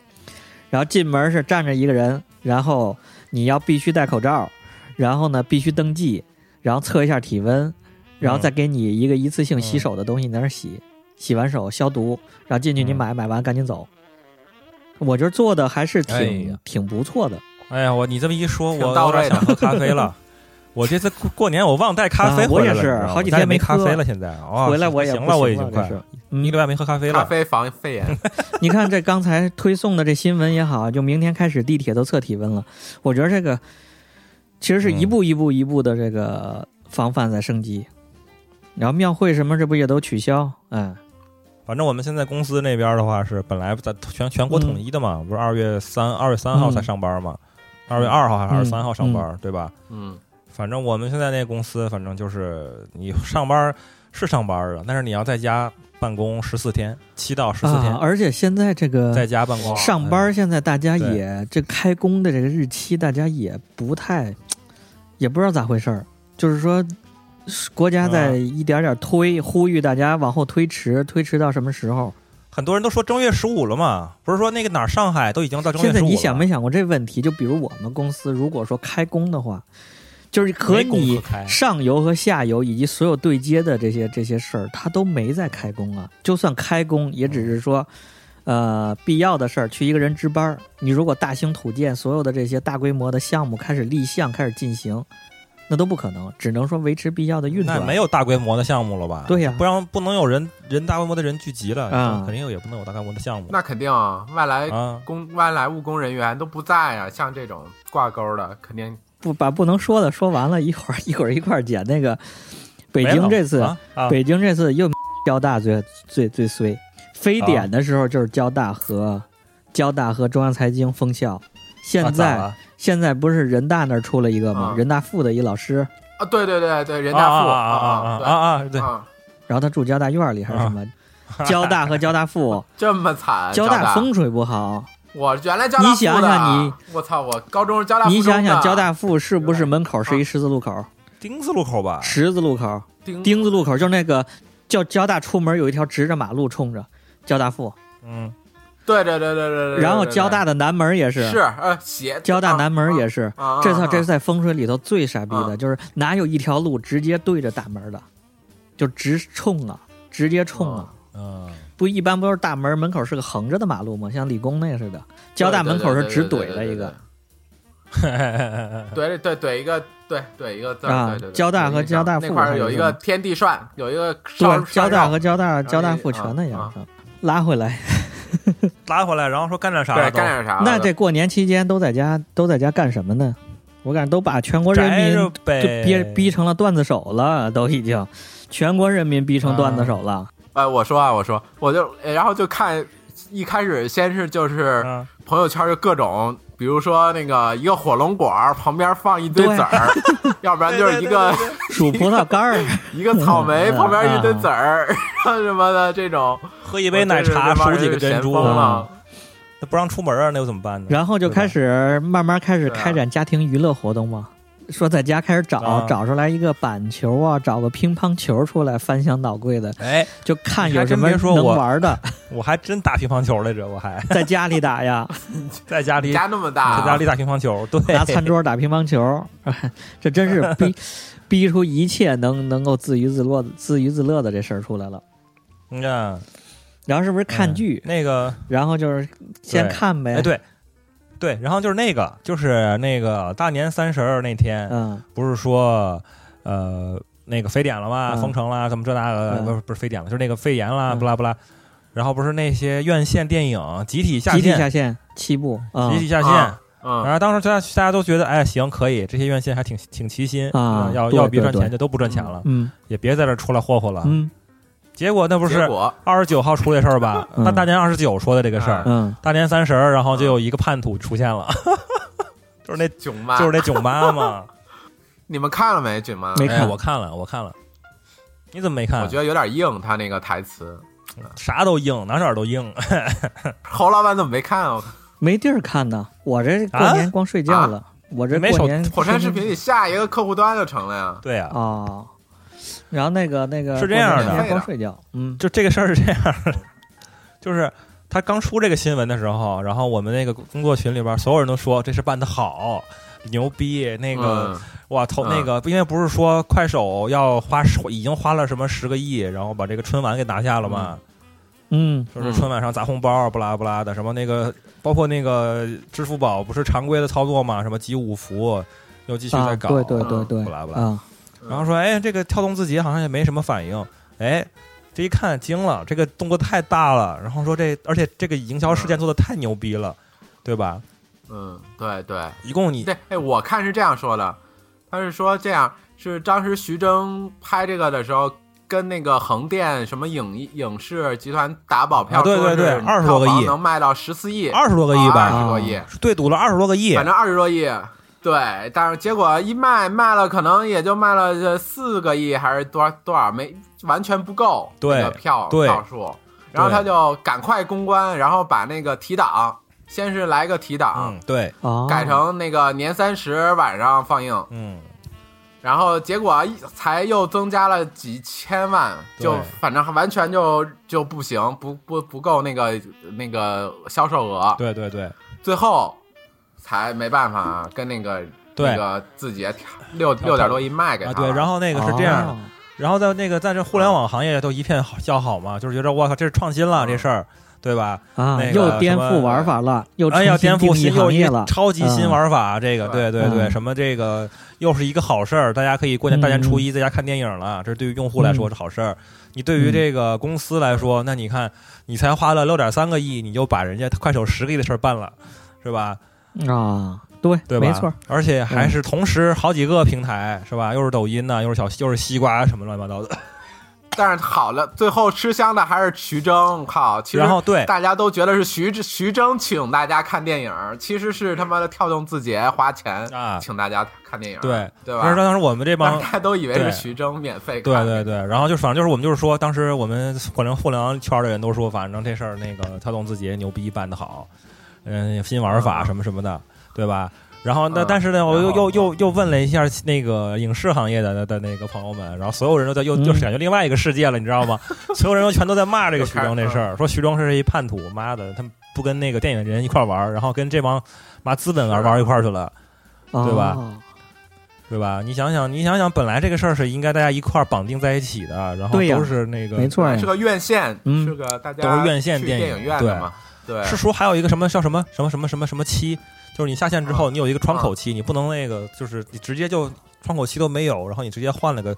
A: 然后进门是站着一个人，然后你要必须戴口罩，然后呢必须登记，然后测一下体温，然后
C: 嗯
A: 再给你一个一次性洗手的东西，你在那儿洗，洗完手消毒，然后进去你
B: 嗯
A: 买，买完赶紧走。我觉得做的还是
B: 哎
A: 挺
B: 呀
A: 挺不错的。
B: 哎呀，我你这么一说，
C: 挺
B: 我
C: 到
B: 有点
C: 位的
B: 想喝咖啡了。 [laughs] 我这次过过年我忘带咖啡
A: 啊我
B: 回来了，
A: 也
B: 你
A: 是
B: 知道吗
A: 好几
B: 我家也
A: 天没
B: 没咖
A: 喝
B: 啡了，现在哦
A: 回来我也
B: 行
A: 不
B: 了，我已
A: 行
B: 经
A: 了
B: 快
A: 这是嗯
B: 一个礼拜没喝咖啡
C: 咖
B: 了。
C: 啡防肺炎，
A: 你看这刚才推送的这新闻也好，就明天开始地铁都测体温了，我觉得这个其实
B: 嗯
A: 是一步一步一步的这个防范在升级。然后庙会什么这不也都取消？嗯，
B: 哦反正我们现在公司那边的话是本来在全全国统一的嘛，不是二月三二月三号才上班嘛，二、月二号还是
A: 嗯
B: 二十三号上班、对吧？
C: 嗯，
B: 反正我们现在那公司，反正就是你上班是上班了，但是你要在家办公十四天，七到十四天、
A: 啊，而且现在这
B: 在
A: 个
B: 家办公。
A: 上班，现在大家也这开工的这个日期，大家也不太，也不知道咋回事儿，就是说。是国家在
B: 啊
A: 一点点推，呼吁大家往后推迟，推迟到什么时候？
B: 很多人都说正月十五了嘛，不是说那个哪儿上海都已经到正月
A: 现
B: 十五了。
A: 在你想没想过这问题？就比如我们公司，如果说开工的话，就是和
B: 没工
A: 你
B: 可开
A: 上游和下游以及所有对接的这些这些事儿，它都没在开工啊。就算开工，也只是说，呃，必要的事儿去一个人值班儿。你如果大兴土建，所有的这些大规模的项目开始立项、开始进行，那都不可能，只能说维持必要的运
B: 那
A: 转。
B: 没有大规模的项目了吧？
A: 对呀
B: 不然不能有人人大规模的人聚集了，
A: 啊
B: 肯定也不能有大规模的项目。
C: 那肯定啊外来
B: 啊，
C: 工外来务工人员都不在啊，像这种挂钩的肯定
A: 不把不能说的说完
B: [laughs]
A: 了，一会儿一会儿一块儿剪那个北京这次。
B: 没有啊啊
A: 北京这次又交大最最最衰，非典的时候就是交大和交大和中央财经封校，现在、
B: 啊咋了
A: 现在不是人大那儿出了一个吗？
C: 啊
A: 人大附的一老师，
C: 啊，对对对对，人大附
B: 啊啊啊啊
C: 啊
B: 啊啊！
C: 对
B: 对，
C: 啊，
A: 然后他住交大院里还是什么？交大和交大
C: [laughs]
A: 附，
C: 这么惨，
A: 交
C: 啊大
A: 大风水不好，
C: 我原来交大
A: 你想
C: 附的啊
A: 想你，
C: 我操，我高中是交大附中
A: 你
C: 的，
A: 想想交大附是不是门口是一
C: 啊嗯
A: 十字路口？
B: 丁字路口吧？
A: 十字路口，
C: 丁
A: 丁字路口就是那个叫交大出门有一条直着马路冲着交大附，
B: 嗯，
C: 对对对对对对，
A: 然后
C: 对对
A: 交大的南门也
C: 是呃斜
A: 交大南门也
C: 是，
A: 是。
C: 啊啊啊
A: 这套这是
C: 啊
A: 在风水里头最傻逼的，就是哪有一条路直接对着大门的，就直冲啊，直接冲啊！
B: 嗯，
A: 不一般不都是大门门口是个横着的马路吗？像理工那似的，交大门口是直怼了一个，
C: 对对怼一个对怼一个字儿
A: 啊
C: 对对对
A: 交大和
C: 有印象
A: 交大附
C: 那块儿有一个
A: 还是
C: 天地涮，有一个烧
A: 对，哎交大和交大
C: 这
A: 交大附全那样
C: 啊
A: 子。拉回来，
B: 拉回来，然后说干点啥
C: 对
B: 了都？
C: 干点啥了？
A: 那这过年期间都在家都在家干什么呢？我感觉都把全国人
B: 宅
A: 民
B: 着
A: 就
B: 呗，
A: 憋逼成了段子手了，都已经，全国人民逼成段子手了。
C: 呃，我说啊，我说，我就然后就看一开始先是就是
B: 嗯
C: 朋友圈就各种。比如说那个一个火龙果儿旁边放一堆
A: 对
C: 籽儿，
A: [laughs]
C: 要不然就是一个
A: 数葡萄干 [laughs] 儿，
C: 一个草莓
A: 嗯
C: 旁边一堆籽儿， [laughs] 然后什么的这种，
B: 喝一杯奶茶，
C: 我这
B: 数
C: 人
B: 几个珍珠
C: 闲疯
A: 了
B: 那不让出门啊，那又怎么办呢？
A: 然后就开始慢慢开始
C: 对啊
A: 开展家庭娱乐活动嘛。说在家开始找、
B: 啊
A: 找出来一个板球啊，找个乒乓球出来，翻箱倒柜的，
B: 哎，
A: 就看
B: 你还
A: 有什
B: 真
A: 么
B: 别说
A: 能
B: 我
A: 玩的，
B: 我还真打乒乓球来着，我还 [laughs]
A: 在家里打呀，
B: 在家里
C: 你家那么大，啊
B: 在家里打乒乓球， [laughs] 对，[laughs]
A: 拿餐桌打乒乓球，这真是逼逼出一切能能够自娱自乐、自娱自乐的这事儿出来了。
B: 嗯啊，
A: 然后是不是看剧？
B: 嗯那个，
A: 然后就是先
B: 对
A: 看呗。
B: 哎，，对。对，然后就是那个，就是那个大年三十儿那天，
A: 嗯，
B: 不是说呃那个非典了吗？
A: 嗯
B: 封城啦，怎么这那个？
A: 嗯
B: 不是不是非典了，就是那个肺炎啦，
A: 嗯
B: 不啦不啦。然后不是那些院线电影集体下
A: 集体
B: 线，
A: 下线七部啊
B: 集体下线。
C: 啊嗯，
B: 然后当时大家大家都觉得，哎，行，可以，这些院线还挺挺齐心
A: 啊
B: 嗯要
A: 对
B: 要别赚
A: 对
B: 钱就都不赚钱了，
A: 嗯
B: 也别在这出来霍霍了。
A: 嗯
B: 结果那不
C: 结
B: 是
C: 果
B: 二十九号出这事儿吧？
A: 嗯
B: 那大年二十九说的这个事儿，
A: 嗯，
B: 大年三十儿，然后就有一个叛徒出现了， [laughs] 就是那
C: 囧妈，
B: 就是那囧妈嘛。
C: 你们看 [laughs] 了没？囧妈，
A: 没
B: 哎，
A: 看
B: 我看了，我看了。你怎么没看？啊
C: 我觉得有点硬，他那个台词，
B: 啥都硬，哪哪儿都硬。 [laughs]
C: 侯老板怎么没看啊？
A: 没地儿看呢。我这过年光睡觉了，我这
B: 啊没
A: 过
B: 手
A: 年
C: 火山视频你下一个客户端就成了呀。
B: 对呀、
A: 啊。哦然后那个那个
B: 是这样的
A: 过年光睡觉，嗯
B: 就这个事儿是这样的， [laughs] 就是他刚出这个新闻的时候，然后我们那个工作群里边所有人都说这事办得好，牛逼。那个、哇，投
C: 嗯
B: 那个，因为不是说快手要花十已经花了什么十个亿，然后把这个春晚给拿下了嘛，
A: 嗯
B: 就是春晚上砸红包，不拉不拉的，什么那个包括那个支付宝不是常规的操作嘛，什么集五福又继续
A: 啊，
B: 在搞，
A: 对对对对
B: 不拉不拉。
A: 啊，
C: 嗯
B: 然后说，哎，这个跳动字节好像也没什么反应，哎，这一看惊了，这个动作太大了，然后说这，而且这个营销事件做的太牛逼了，对吧？
C: 嗯，对对
B: 一共你
C: 对，哎，我看是这样说的，他是说这样是当时徐峥拍这个的时候。跟那个横店什么影影视集团打保票，
B: 啊对对对
C: 说是
B: 20多个亿
C: 票房能卖到十四亿，
B: 二十多个亿
C: 二
B: 吧，
C: 十多亿，
B: 对赌了二十多个亿
C: 反，正二十多亿。对，但是结果一卖卖了，可能也就卖了呃四个亿还是多少多少，没完全不够
B: 对
C: 那个票
B: 对
C: 票数。然后他就赶快公关，然后把那个提档，先是来个提档
B: 嗯，，对，
A: 哦
C: 改成那个年三十晚上放映，
B: 嗯，
C: 然后结果一才又增加了几千万，
B: 对
C: 就反正完全就就不行，不不不够那个那个销售额。
B: 对对对
C: 最后才没办法跟那个
B: 对
C: 那个字节调六六点多亿卖给他
B: 啊
C: 了。
B: 对，然后那个是这样的，
A: 哦
B: 然后在那个在这互联网行业都一片好叫好
A: 嗯
B: 嘛，就是觉得我靠，这是创新了这事儿，对吧？
A: 啊，
B: 那个
A: 又颠
B: 什么
A: 覆玩法了，又
B: 哎呀，颠覆
A: 重新
B: 新
A: 定义
B: 又
A: 行
B: 一
A: 业
B: 个
A: 了，
B: 超级新玩法，这个对
C: 对
B: 对对，
A: 嗯
B: 什么这个又是一个好事儿，大家可以过年大年初一在家看电影了，这对于用户来说是好事儿。你对
A: 嗯
B: 于这个公司来说，那你看你才花了六点三个亿，你就把人家快手十个亿的事儿办了，是吧？
A: 啊，对，
B: 对吧？
A: 没错，，
B: 而且还是同时好几个平台，是吧？又是抖音呐、又是小又是西瓜什么乱七八糟的。
C: 但是好了，最后吃香的还是徐峥，靠！其实
B: 然后对
C: 大家都觉得是徐徐峥请大家看电影，其实是他妈的跳动字节花钱
B: 啊
C: 请大家看电影，
B: 对，
C: 对
B: 但是
C: 吧？
B: 当时我们这
C: 但
B: 帮
C: 是大家都以为是
B: 对
C: 徐峥免费
B: 对
C: 看，
B: 对对，然后就是反正就是我们就是说，当时我们互联互联网圈的人都说，反正这事儿那个跳动字节牛逼办得好，嗯，新玩法
C: 嗯
B: 什么什么的，对吧？然后那
C: 嗯
B: 但是呢，我又
C: 然后嗯
B: 又又又问了一下那个影视行业的的的那个朋友们，然后所有人都在又
A: 嗯
B: 又感觉另外一个世界了，你知道吗？ [laughs] 所有人都全都在骂这个徐峥这事
C: 嗯
B: 儿，说徐峥是一叛徒，妈的，他们不跟那个电影人一块儿玩儿，然后跟这帮妈资本玩
C: 是
B: 玩一块儿去了。对吧
A: 哦？
B: 对吧？你想想，你想想，本来这个事儿是应该大家一块儿绑定在一起的，然后
A: 对呀
B: 都是那个
A: 没错呀
C: 是，个院线，
A: 嗯
C: 是个大家
B: 都是院线
C: 去
B: 电
C: 电
B: 影
C: 影院
B: 对
C: 的嘛，对，
B: 是说还有一个什么叫什么什么什么什么什么期，就是你下线
C: 啊
B: 之后，你有一个窗口期，你不能那个，就是你直接就窗口期都没有，然后你直接换了个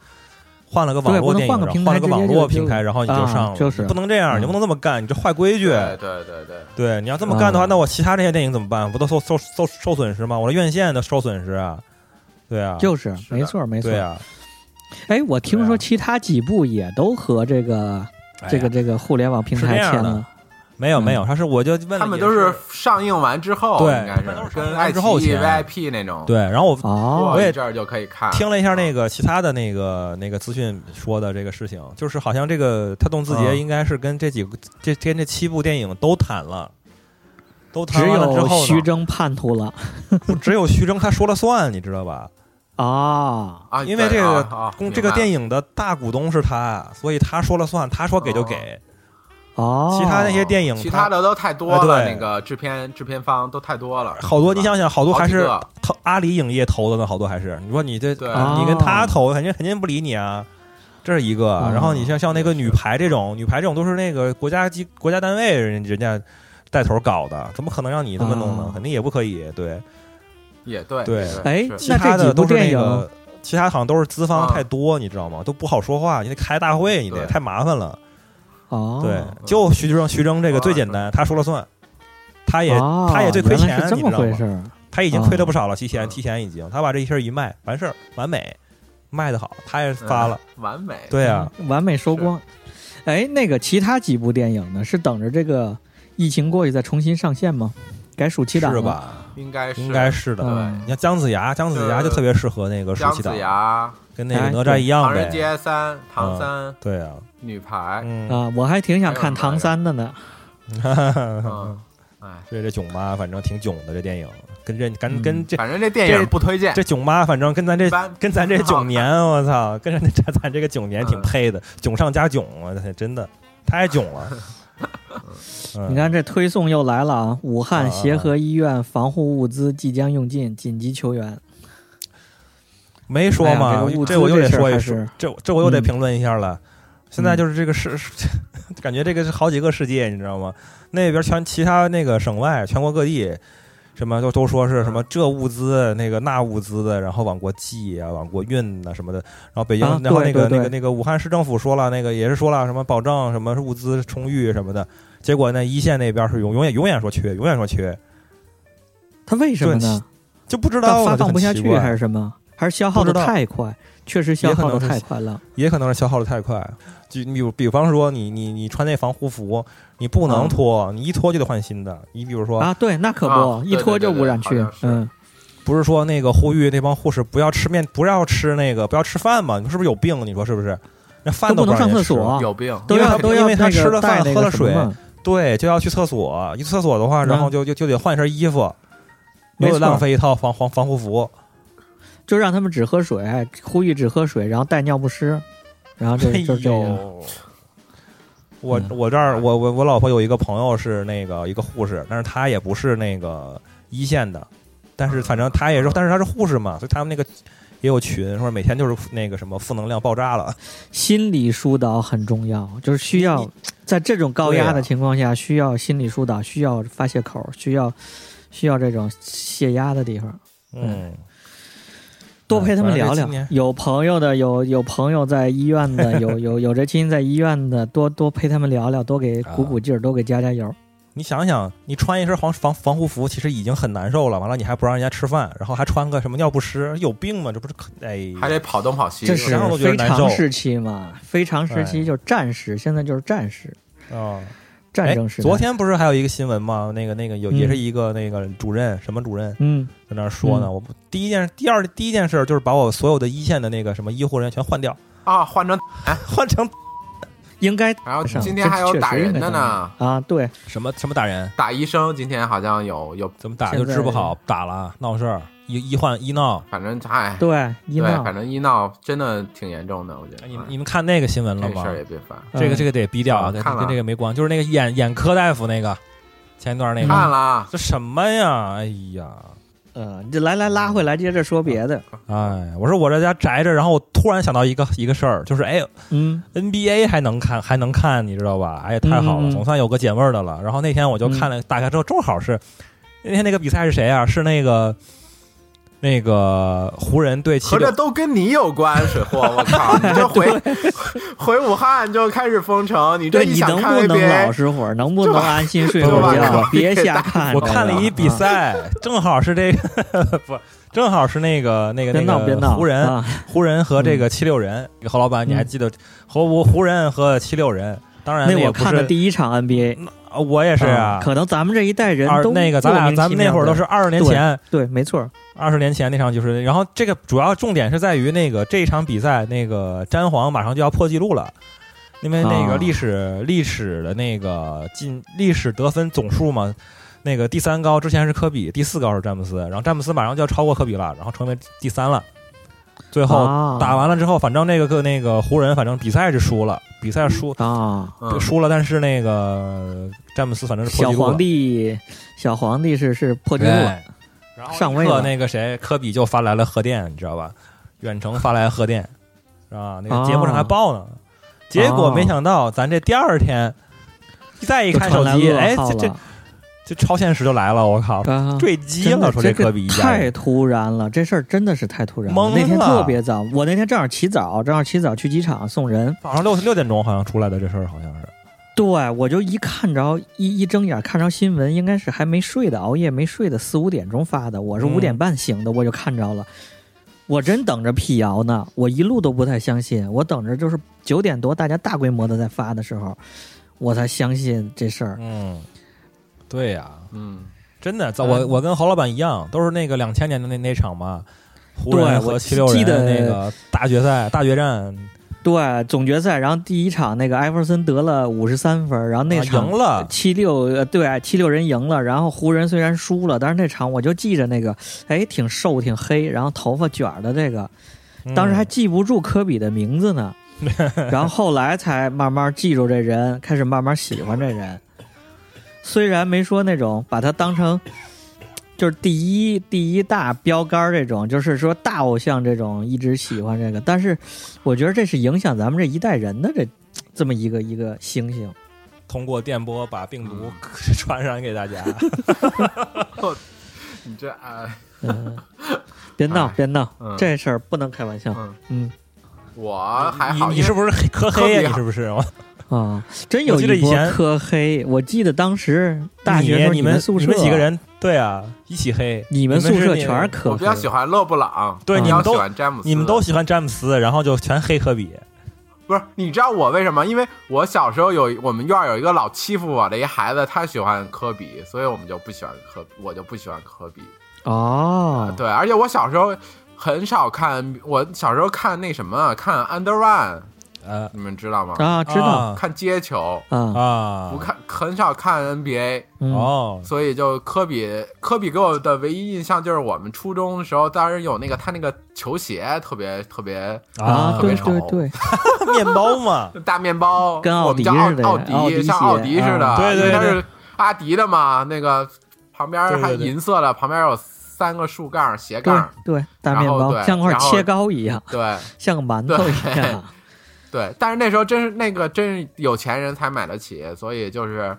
B: 换了个网
A: 对
B: 络
A: 不能
B: 电影，
A: 换个
B: 然后换了个网
A: 平台直接
B: 络
A: 就
B: 平台，然后你就
A: 啊
B: 上了，
A: 就是
B: 你不能这样，
A: 嗯
B: 你不能这么干，你这坏规矩。
C: 对对对对，
B: 对，你要这么干的话，
A: 啊
B: 那我其他这些电影怎么办？不都受受受受损失吗？我的院线都受损失啊，对啊，
A: 就是
C: 是的
A: 没错没错
B: 对。啊，
A: 哎，我听
B: 对
A: 说
B: 啊
A: 其他几部也都和这个这
B: 哎
A: 个
B: 呀
A: 嗯这个互联网平台
B: 是这样
A: 签
B: 的
A: 了，
B: 没有没有，他是我就问了
C: 他们
B: 也
C: 都是上映完之后，
B: 对
C: 应该
B: 他们都是上映
C: 跟
B: 完
C: 爱
B: 之
C: 奇
B: 后
C: 艺
B: 钱
C: VIP 那种，
B: 对，然后我
A: 哦
C: 过
B: 我也
C: 一阵儿就可以看。
B: 听了一下那个其他的那个那个资讯说的这个事情，就是好像这个他动字节
C: 啊
A: 嗯
B: 应该是跟这几个、这跟这七部电影都谈了，都
A: 只
B: 谈完了之
A: 有
B: 后
A: 徐
B: 呢，
A: 峥叛徒了
B: 不只有徐峥他说了算，你知道吧？
A: 啊！
C: 啊，
B: 因为
C: 对
B: 这个
C: 啊啊
B: 公
C: 明
B: 这个
C: 白
B: 电影的大股东是他，所以他说了算，他说给就给。
A: 哦，
B: 其他那些电影，
C: 其他
B: 的
C: 的都太多
B: 哎
C: 了，
B: 对
C: 那个制片制片方都太多了，
B: 好多，你想想，好多
C: 哦好
B: 还
C: 几
B: 是
C: 个
B: 投阿里影业投的呢，好多还是你说你这
C: 对
B: 啊
A: 哦
B: 你跟他投，肯定肯定不理你啊。这是一个，啊
A: 嗯
B: 然后你像像那个女排这种，女排这种都是那个国家机国家单位人人家带头搞的，怎么可能让你这么弄呢
A: 哦？
B: 肯定也不可以。对，
C: 也对
B: 对
C: 也
A: 哎
C: 是
A: 那
B: 其他
A: 这
B: 的
A: 几部
B: 都是
A: 电
B: 那
A: 影
B: 个，其他好像都是资方
C: 啊
B: 太多，你知道吗？都不好说话，你得开大会，你得
C: 对
B: 太麻烦了。
A: 哦，
B: 对，就徐峥，徐峥这个
C: 啊
B: 最简单，他说了算，他也
A: 哦
B: 他也最亏
A: 原来
B: 钱啊
A: 是，这
B: 你知
A: 么
B: 道
A: 回
B: 吗
A: 事？儿。
B: 他已经亏了不少了，提前
C: 嗯
B: 提前已经，他把这一事儿一卖，完事儿完美，卖的好，他也发了，
C: 嗯完美，
B: 对啊，
A: 完美收官。哎，那个其他几部电影呢？是等着这个疫情过去再重新上线吗？改暑期档
B: 是
A: 了？
B: 吧？
C: 应该是
B: 应该是的。
A: 嗯
B: 你看姜子牙，姜子牙就特别适合那个暑
C: 姜
B: 期档
C: 子，牙、
B: 跟那个哪吒一样
C: 唐人
B: 呗。
C: 街三、唐三、
B: 对啊，
C: 女排，
B: 嗯，
A: 啊，我还挺想
C: 还
A: 看
C: 有
A: 《
C: 什么来着
A: 唐三》的呢。
C: 嗯，哎，
B: 这这囧妈，反正挺囧的这电影，跟这跟
A: 嗯
B: 跟这
C: 反正这电影不推荐
B: 这，囧妈，反正跟咱这
C: 一般
B: 跟咱这
C: 不好
B: 囧
C: 看
B: 年，我操，跟咱这 [laughs] 咱这个囧年挺
C: 嗯
B: 配的，囧上加囧，我操，真的太囧
C: [laughs]
B: 了。嗯
A: 你看这推送又来了啊！武汉协和医院防护物资即将用尽，紧急求援。
B: 没说
A: 哎呀
B: 嘛
A: 这个物，资
B: 这我又得说一
A: 这事儿
B: 说
A: 还是，
B: 这这我又得
A: 嗯
B: 评论一下了。现在就是这个世， [laughs] 感觉这个是好几个世界，你知道吗？那边全其他那个省外，全国各地，什么都都说是什么这物资那个那物资的，然后往过寄啊，往过运呐、什么的。然后北京，
A: 啊
B: 然后
A: 对
B: 那个
A: 对对
B: 那个那个武汉市政府说了，那个也是说了什么保证什么物资充裕什么的。结果那一线那边是永永远永远说缺，永远说缺，
A: 他为什么呢？
B: 就不知道
A: 但发放不下
B: 我就很奇
A: 去
B: 怪
A: 还是什么？还是消耗的
B: 不知道
A: 太快？确实消耗
B: 也可能
A: 的
B: 是
A: 太快了。
B: 也可能是消耗的太快。就你比比方说你，你你穿那防护服，你不能脱，你一脱就得换新的。你比如说，
A: 嗯啊，对，那可不，
C: 啊
A: 一拖就污染
C: 对
A: 去
C: 对对好。像是
A: 嗯，
B: 不是说那个呼吁那帮护士不要吃面，不要吃那个，不要吃饭嘛？你说是不是有病？啊你说是不是？那饭
A: 都不
B: 不
A: 能
B: 让
A: 上
B: 人
A: 厕
B: 吃
A: 所，
C: 有病，
A: 都
B: 因为
A: 要
B: 他
A: 都
B: 因
A: 要
B: 为他
A: 那个
B: 吃了饭
A: 带那
B: 喝
A: 个
B: 了
A: 什么
B: 水
A: 嘛
B: 对，就要去厕所。一去厕所的话，
A: 嗯
B: 然后就就就得换身衣服，
A: 没
B: 又得
A: 错
B: 浪费一套防防防护服。
A: 就让他们只喝水，哎呼吁只喝水，然后带尿不湿，然后这
B: 哎
A: 啊就是这个。
B: 呦，我
A: 嗯
B: 我这儿我我我老婆有一个朋友是那个一个护士，但是她也不是那个一线的，但是反正她也是，但是她是护士嘛，所以他们那个也有群，说每天就是那个什么负能量爆炸了，
A: 心理疏导很重要，就是需
B: 你
A: 要在这种高
B: 对
A: 压
B: 啊
A: 的情况下，需要心理疏导，需要发泄口，需要需要这种泄压的地方。
B: 嗯，
A: 多陪他们聊
B: 反嗯正这
A: 聊
B: 今年，
A: 有朋友的，有有朋友在医院
B: [laughs]
A: 的，有有有这亲戚在医院的，多多陪他们聊聊，多给鼓鼓
B: 啊
A: 劲儿，多给加加油。
B: 你想想，你穿一身防防防护服，其实已经很难受了，完了你还不让人家吃饭，然后还穿个什么尿不湿，有病吗？这不是可哎，
C: 还得跑东跑西，
A: 这
B: 是
A: 是
B: 想想都觉得
A: 非
B: 难
A: 常
B: 受
A: 时期嘛，非常时
B: 哎
A: 期就是战时，现在就是战时，
B: 啊。
A: 哦战争时代。
B: 昨天不是还有一个新闻吗？那个那个有也是
A: 嗯
B: 一个那个主任，什么主任？
A: 嗯，
B: 在那儿说呢，我不第一件第二第一件事就是把我所有的一线的那个什么医护人员全换掉， [laughs]
C: 啊，换成
B: 换成
A: 应该
C: 然后
A: 上
C: 今天还有
A: 啊这确实
C: 打人
A: 应该
C: 的
A: 这
C: 呢
A: 样，啊，对，
B: 什么什么打人，
C: 打医生，今天好像有有，
B: 怎么打
A: 现
B: 就
A: 在
B: 治不好，打了闹事儿，一一换一闹。
C: 反正哎，
A: 对，医
C: 对，
A: 闹
C: 反，正医闹真的挺严重的，我觉得
B: 哎你们你们看那个新闻了
C: 这
B: 吗
C: 事？儿也别烦。
B: 这个这
A: 个
B: 个得逼掉啊，
C: 啊
B: 跟
C: 看了
B: 跟这个没关，就是那个眼眼科大夫那个，前一段那
A: 嗯
C: 看
B: 个，
C: 了啊，
B: 这什么呀？哎呀，
A: 呃，你来来拉回来，接着说别的。
B: 哎，我说我在家宅着，然后我突然想到一个一个事儿，就是哎，
A: 嗯
B: NBA 还能看，还能看，你知道吧？哎呀，太好了，
A: 嗯嗯嗯嗯
B: 总算有个解闷儿的了。然后那天我就看了大概之后，正好是那天那个比赛是谁啊？是那个那个湖人对七
C: 合
B: 六
C: 着，都跟你有关，水货，我靠！你
A: [laughs]
C: 这回回武汉就开始封城，你这
A: 对
C: 一
A: 你
C: 想
A: 能
C: 看
A: 不能老
C: NBA，
A: 实会儿，能不能
C: 这
A: 安心睡
C: 这
A: 会儿
C: 玩意
A: 觉
C: 儿？
A: 别瞎看。
B: 我看了一比
A: 啊，
B: 赛，正好是这个 [laughs] 不，正好是那个那个
A: 别
B: 那
A: 闹别
B: 个
A: 闹，
B: 湖人
A: 啊嗯
B: 湖人和这个七六人，这个侯老板你还记得？和湖湖人和七六人，当然
A: 那
B: 也
A: 我
B: 不
A: 看的
B: 是
A: 第一场 NBA，
B: 啊我也是啊。
A: 可能咱们这一代人
B: 二
A: 都
B: 那个，咱
A: 莫
B: 俩
A: 名
B: 咱
A: 其
B: 们那
A: 妙
B: 会儿
A: 地
B: 都是二十年
A: 对
B: 前，
A: 对，没错，
B: 二十年前那场就是，然后这个主要重点是在于那个这一场比赛，那个詹皇马上就要破纪录了，因为那个
A: 啊
B: 历史、历史的那个进历史得分总数嘛，那个第三高之前是科比，第四高是詹姆斯，然后詹姆斯马上就要超过科比了，然后成为第三了。最后
A: 啊
B: 打完了之后，反正那个个那个湖人，反正比赛是输了，比赛输、
A: 啊，
C: 嗯
B: 输了，但是那个詹姆斯反正是破
A: 小
B: 纪录了
A: 皇。帝，小皇帝是是破纪录了，
B: 对，然后
A: 上位
B: 一刻
A: 了
B: 那个谁，科比就发来了核电，你知道吧？远程发来核电，是吧？那
A: 哦
B: 个节目上还报呢，结果没想到咱这第二天再一
A: 就
B: 看
A: 传
B: 手
A: 来
B: 机，
A: 噩
B: 哎，
A: 耗
B: 这这
A: 了
B: 这超现实就来了，我靠，
A: 啊
B: 坠机
A: 真的
B: 了！说这
A: 个
B: 科比一家
A: 太
B: 人
A: 突然了，这事儿真的是太突然
B: 懵
A: 那天
B: 了
A: 特别早，我那天正好起早，正好起早去机场送人。
B: 早上六六点钟好像出来的这事儿，好像是
A: 对，我就一看着一一睁眼看着新闻，应该是还没睡的，熬夜没睡的，四五点钟发的，我是
B: 嗯
A: 五点半醒的，我就看着了。我真等着辟谣呢，我一路都不太相信，我等着就是九点多大家大规模的在发的时候，我才相信这事儿。
B: 嗯，对呀、
C: 嗯，
B: 真的，早我
A: 嗯
B: 我跟侯老板一样，都是那个两千年的那那场嘛。湖
A: 对
B: 人
A: 我
B: 和七六
A: 记
B: 人
A: 得
B: 那个大决赛、大决战
A: 对，总决赛，然后第一场那个艾弗森得了五十三分，然后那
B: 啊
A: 场、
B: 赢了，
A: 七六呃对七六人赢了，然后湖人虽然输了，但是那场我就记着那个，哎，挺瘦挺黑，然后头发卷儿的这个，
B: 嗯
A: 当时还记不住科比的名字呢，然后后来才慢慢记住这人，开始慢慢喜欢这人。虽然没说那种把他当成就是第一第一大标杆儿这种，就是说大偶像这种一直喜欢这个，但是我觉得这是影响咱们这一代人的这这么一个一个星星。
B: 通过电波把病毒
C: 嗯
B: [laughs] 传染给大家。
C: 你这哎，
A: 嗯， [laughs] 别闹
C: 哎
A: 别闹，
C: 嗯
A: 这事儿不能开玩笑。
C: 嗯，
A: 嗯
C: 我还好，
B: 你你
C: 因为
B: 是不是黑科
C: 科比
B: 黑呀？你
C: 好
B: 是不是？
A: 啊，真有
B: 我记得
A: 一
B: 以
A: 波
B: 前
A: 科黑。我记得当时大学时
B: 你
A: 候
B: 们
A: 宿舍
B: 你们几个，人对啊，一起黑。
A: 你们
B: 们
A: 宿
B: 是
A: 舍
B: 那
A: 全
B: 个
A: 是科黑。
C: 我比较喜欢勒布朗，
B: 对
A: 嗯
C: 比
B: 你
C: 较
B: 们
C: 喜
B: 都
C: 欢詹姆斯，
B: 你们都喜欢詹姆斯，然后就全黑科比。
C: 不是？你知道我为什么？因为我小时候有我们院儿有一个老欺负我的一孩子，他喜欢科比，所以我们就不喜欢科，我就不喜欢科比。
B: 啊
C: 啊
A: 哦，
C: 对，而且我小时候很少看，我小时候看那什么，看 Under One，
B: 呃
C: 你们知道吗？
A: 啊，知道
B: 啊
C: 看街球，
A: 啊，
B: 啊，
C: 不看很少看 NBA，
A: 嗯
B: 哦，
C: 所以就科比，科比给我的唯一印象就是我们初中的时候，当时有那个他那个球鞋特别特别
A: 啊，
C: 特
A: 对
C: 别
A: 对
C: 丑
A: 对，
B: 面包嘛，
C: 大面包，
A: 跟奥
C: 我们
A: 迪
C: 叫
A: 似的
C: 奥
A: 奥迪
C: 迪，像
A: 鞋
C: 奥迪似的，
A: 啊
B: 对对
C: 因为它
B: 对
C: 是阿迪的嘛，那个旁边还
B: 对对对
C: 银色的，旁边有三个竖杠斜
A: 对
C: 杠，
A: 对，大
C: 然
A: 面
C: 后
A: 包
C: 对
A: 像块
C: 然后
A: 切糕一样，
C: 对
A: 像个馒头一样。啊
C: 对，但是那时候真是那个真是有钱人才买得起，所以就是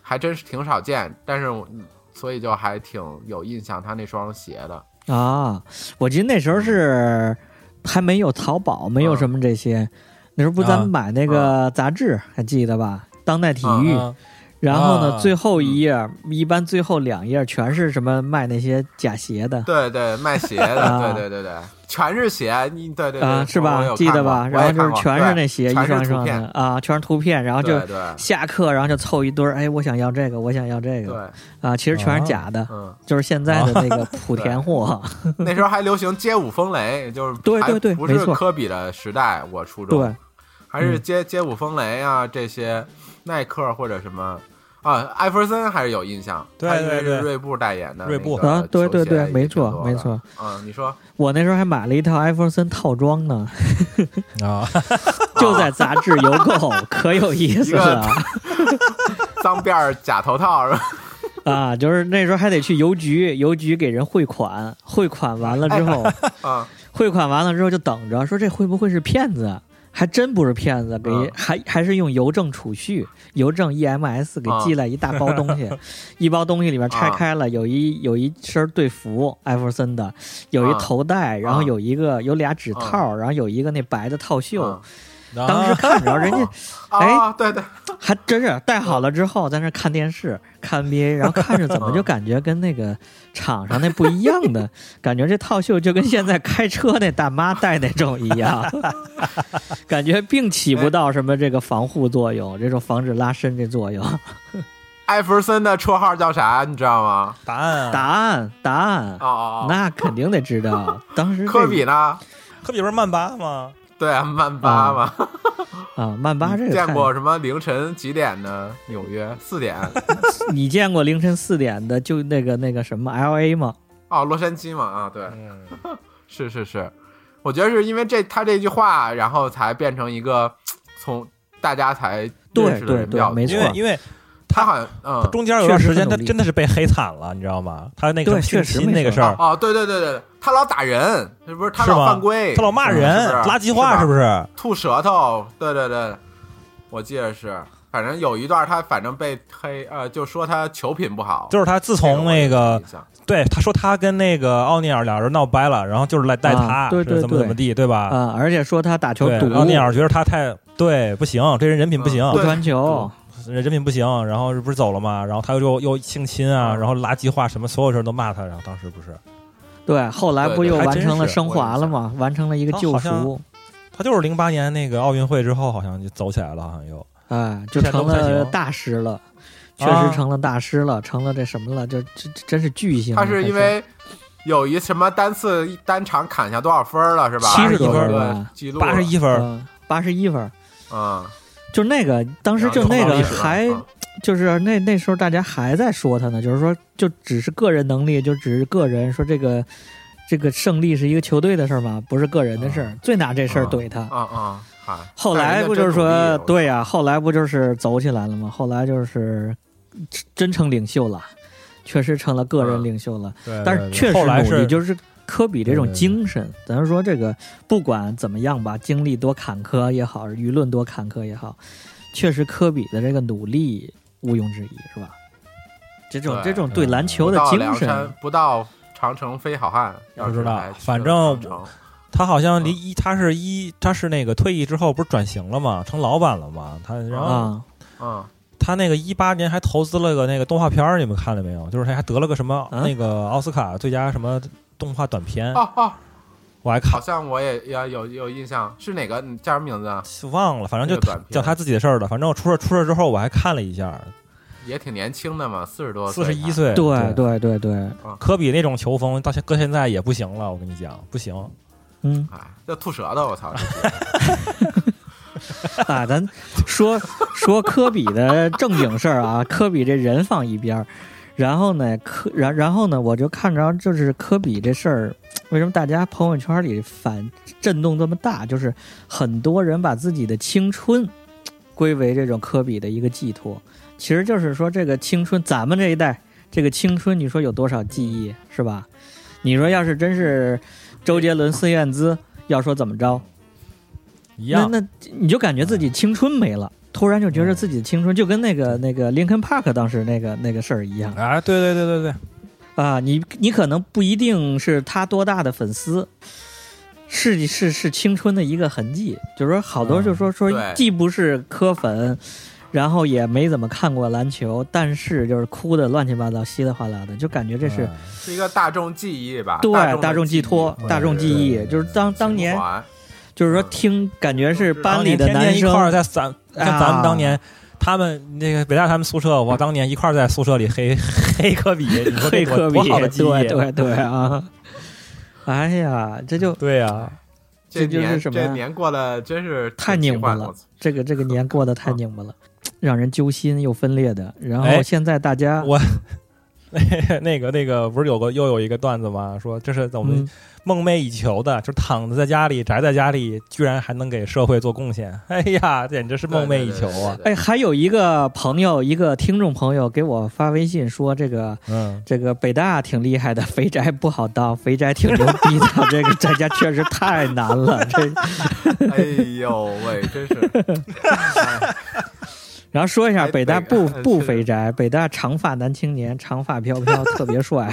C: 还真是挺少见，但是我所以就还挺有印象他那双鞋的。
A: 啊，我记得那时候是还没有淘宝，没有
C: 嗯
A: 什么这些。那时候不咱们
B: 啊
A: 买那个杂志，还记得吧？当代
C: 嗯
A: 体育。
B: 啊
A: 然后呢，
B: 啊
A: 最后一页、一般最后两页全是什么卖那些假鞋的
C: 对对，卖鞋
A: 啊
C: 的，对对对对，全是鞋，你对对对，
A: 啊，是
C: 我
A: 吧？
C: 有
A: 记
C: 看
A: 得
C: 过
A: 吧？
C: 我
A: 然
C: 也
A: 后就
C: 看
A: 是
C: 过
A: 全是那鞋，一
C: 全
A: 双一
C: 是图
A: 双
C: 片
A: 的啊，全是图片，然后
C: 对
A: 就
C: 对对
A: 下课，然后就凑一堆儿，哎，我想要这个，我想要这个
C: 对，哦
A: 啊，其实全是
B: 啊
A: 假的，
C: 嗯，
A: 就是现在的那个莆田
C: [laughs]
A: 货，
C: 那时候还流行街舞风雷，就是
A: [laughs] 对
C: 还
A: 对对
C: 不
A: 没
C: 是
A: 错
C: 科比的时代，我初中
A: 对，
C: 还是
A: 嗯
C: 街街舞风雷啊这些，耐克或者什么啊，艾弗森还是有印象，
B: 对
C: 他因为
B: 对对
C: 是锐步代言的
B: 锐步
C: 那个
A: 啊对对
C: 球鞋
A: 对没
C: 也挺
A: 错
C: 多
A: 没
C: 的
A: 错，
C: 嗯，你说
A: 我那时候还买了一套艾弗森套装
C: [laughs]
A: 呢，
B: 啊，
A: 就在杂志邮购，
C: 哦
A: 可有意思了
C: 脏辫儿假头套是吧？
A: 啊！就是那时候还得去邮局，邮局给人汇款，汇款完了之后， [laughs]
C: 啊，
A: 汇款完了之后就等着，说这会不会是骗子？啊还真不是骗子，给
C: 嗯
A: 还还是用邮政储蓄、邮政 EMS 给
C: 啊
A: 寄来一大包东
C: [laughs]
A: 西，一包东西里面拆开
C: 嗯
A: 了，有一有一身队服，艾弗森的，有一
C: 啊
A: 头带，然后
C: 啊
A: 有一个有俩指套，然后有一个那白的套袖
C: 嗯。
A: [laughs] 当时看着人家哎
C: 啊，对对，
A: 还真是戴好了之后，在那儿看电视、看 NBA，然后看着怎
C: 嗯
A: 么就感觉跟那个场上那不一样的感觉，这套袖就跟现在开车那大妈戴那种一
C: [laughs]
A: 样，
C: 嗯
A: 感觉并起不到什么这个防护作用，这种防止拉伸这作用。
C: 艾弗森的绰号叫啥？你知道吗？
B: 答案啊
A: 答案答案，
C: 哦哦哦，
A: 那肯定得知
C: [laughs]
A: 道。当时
C: 科比呢？
B: 科比不是曼巴吗？
C: 对啊，曼巴嘛，
A: 啊，曼巴这个
C: 见
A: 太
C: 过什么凌晨几点的纽约？四点
A: [laughs] 你见过凌晨四点的就那个那个什么 L A 吗？
C: 哦，洛杉矶嘛啊，对，
B: 嗯，
C: [laughs] 是是是，我觉得是因为这他这句话，然后才变成一个从大家才认
A: 对
C: 识的
A: 对
C: 人比
A: 对
C: 较，
A: 没
C: 多。
A: 错
B: 因为。因为
C: 他好像嗯，
B: 中间有段
A: 确实
B: 时间
A: 很
B: 他
A: 努力
B: 真的是被黑惨了，你知道吗？他那个
A: 对确实
B: 亲
A: 没
B: 那个
A: 错
B: 事儿，
C: 哦，对对对对对，他老打人，是不是？他
B: 是
C: 老
B: 吗
C: 犯规，
B: 他老骂人
C: 是不是、
B: 垃圾话，是
C: 是吧啊
B: 不是？
C: 吐舌头，对对对，我记得是，反正有一段他反正被黑，呃，就说他球品不好，
B: 就是他自从那个对他说他跟那个奥尼尔俩人闹掰了，然后就是来带他
A: 啊，对对
B: 是怎么
A: 对
B: 怎么地，对吧？
A: 啊、而且说他打球
B: 对，
A: 赌，
B: 奥尼尔觉得他太对不行，这人人品不行
C: 嗯，
A: 不传球，
B: 人品不行，然后不是走了吗？然后他又又性侵啊，
C: 嗯
B: 然后垃圾话什么，所有事儿都骂他。然后当时不是
A: 对，后来不又
B: 对对
A: 完成
B: 还真
A: 了
B: 是
A: 升华了吗？完成了一个救
B: 他好
A: 赎，
B: 他就是零八年那个奥运会之后，好像就走起来了，好像又
A: 哎，就
B: 现在都
A: 成
B: 不太
A: 了
B: 行
A: 大师了，确
B: 啊
A: 实成了大师了，成了这什么了？就这这真是巨星了。
C: 他是因为有一什么单次一单场砍下多少分儿了是吧？
A: 70
B: 多分儿
C: 个
A: 吧
C: 记录，
B: 八十，一分
A: 啊
B: 儿，
A: 呃八十一分，
C: 嗯，
A: 就那个当时就
C: 然后
A: 那
C: 创造
A: 个
C: 历史了
A: 还
C: 嗯
A: 就是那那时候大家还在说他呢，就是说就只是个人能力，就只是个人说这个这个胜利是一个球队的事儿嘛，不是个人的事儿，最拿这事儿
C: 啊
A: 怼他。
C: 啊啊，嗨
A: 后来不就是
C: 但
A: 说
C: 人家真努力，
A: 对呀、后来不就是走起来了吗？后来就是真成领袖了，确实成了个人领袖了。
B: 对
A: 但
B: 对
A: 是
B: 对
A: 确实
B: 后来
A: 努力，
B: 是
A: 就是科比这
B: 对
A: 种
B: 对对
A: 精神。咱说这个，不管怎么样吧，经历多坎坷也好，舆论多坎坷也好，确实科比的这个努力毋庸置疑，是吧？这种
C: 对
A: 这种对
B: 嗯
A: 篮球
C: 不
A: 的
C: 到
A: 精
C: 梁
A: 神，
C: 山不到长城非好汉，要
B: 不知
C: 是
B: 道
C: 还去
B: 反
C: 了
B: 正
C: 长城
B: 他好
A: 啊
B: 像离
C: 嗯
B: 一，他是一，他是那个退役之后不是转型了嘛，成老板了嘛。他然后
A: 啊、
C: 嗯，
B: 他那个一八年还投资了个那个动画片儿，你们看了没有？就是他还得了个什么、
A: 啊
B: 那个奥斯卡最佳什么动画短片，
C: 哦哦，
B: 我还
C: 好
B: 看
C: 像我也也有有印象，是哪个你叫什么名字啊？
B: 忘了，反正就
C: 那个短片
B: 讲他自己的事儿了。反正我出事出事之后我还看了一下，
C: 也挺年轻的嘛，四十多岁，
B: 四十一。岁，
A: 对对对对，
B: 科比那种球风到现搁现在也不行了，我跟你讲不行。
A: 嗯
C: 哎，要吐舌头，我操！
A: [laughs] 啊，咱说说科比的正经事儿啊，科比这人放一边儿，然后呢，科然然后呢，我就看着就是科比这事儿，为什么大家朋友圈里反震动这么大？就是很多人把自己的青春归为这种科比的一个寄托，其实就是说这个青春，咱们这一代这个青春，你说有多少记忆是吧？你说要是真是周杰伦、孙燕姿，要说怎么着？
B: 一样，
A: 那那你就感觉自己青春没了，突然就觉得自己的青春就跟那个那个林肯 Park 当时那个那个事儿一样
B: 哎，对对对对对，
A: 啊！你你可能不一定是他多大的粉丝，是是是青春的一个痕迹。就是说，好多
B: 嗯
A: 就说说
C: 对
A: 既不是科粉，然后也没怎么看过篮球，但是就是哭的乱七八糟、稀里哗啦的，就感觉这是
B: 嗯
C: 是一个大众记忆吧？
A: 对
C: 大
A: 大众
C: 寄
A: 寄托、大众记
B: 对
A: 忆
B: 对，对
A: 就是当当年就是说
C: 嗯
A: 听感觉是
C: 当
A: 班里的
B: 当年
A: 男
B: 天天一
A: 生
B: 块儿在咱像咱们
A: 啊
B: 当年，他们那个北大他们宿舍，我当年一块儿在宿舍里黑黑科比，你 [laughs] 说这
A: 黑科
B: 多
A: 比，
B: 多好的记忆，
A: 对对对啊！哎呀，这就
B: 对啊呀，
C: 这
A: 这就是
C: 年
A: 什么
C: 这
A: 呀
C: 年过得真是
A: 太
C: 挺奇
A: 拧巴
C: 幻的
A: 了，这个这个年过得太拧巴了，让人揪心又分裂的。然后
B: 哎
A: 现在大家，
B: 我 [laughs] 那个那个不是有个又有一个段子吗？说这是我们
A: 嗯
B: 梦寐以求的，就躺着在家里宅在家里，居然还能给社会做贡献， [laughs] 哎呀，简直是梦寐以求啊！！
C: 对对对对对对
A: 哎，还有一个朋友，一个听众朋友给我发微信说，这个
B: 嗯，
A: 这个北大挺厉害的，肥宅不好当，肥宅挺牛逼的，这个在家确实太难了。这
C: 哎呦喂，
B: [laughs]
C: 真是！哎
A: 然后说一下，
C: 哎
A: 北大
C: 北
A: 不
C: 哎
A: 不
C: 是
A: 肥宅，北大长发男青年，长发飘飘，特别帅。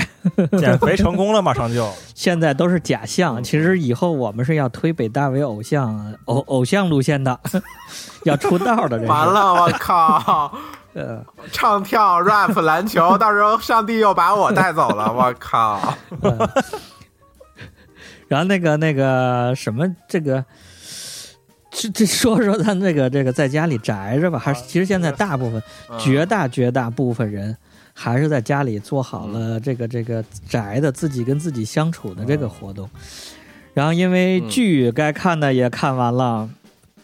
B: 减肥成功了，马上
A: [laughs]
B: 就
A: 现在都是假
C: 嗯
A: 象，其实以后我们是要推北大为偶像偶偶像路线的， [laughs] 要出道的这
C: 完
A: 是。
C: 了，我靠！
A: 呃，
C: 唱跳、rap、篮球，到时候上帝又把我带走了，我
A: [laughs]
C: 靠！
A: 嗯然后那个那个什么这个这这说说咱这个这个在家里宅着吧，还是
B: 啊
A: 其实现在大部分
C: 嗯
A: 绝大绝大部分人还是在家里做好了
C: 嗯
A: 这个这个宅的自己跟自己相处的这个活动。然后因为
C: 嗯
A: 剧该看的也看完了，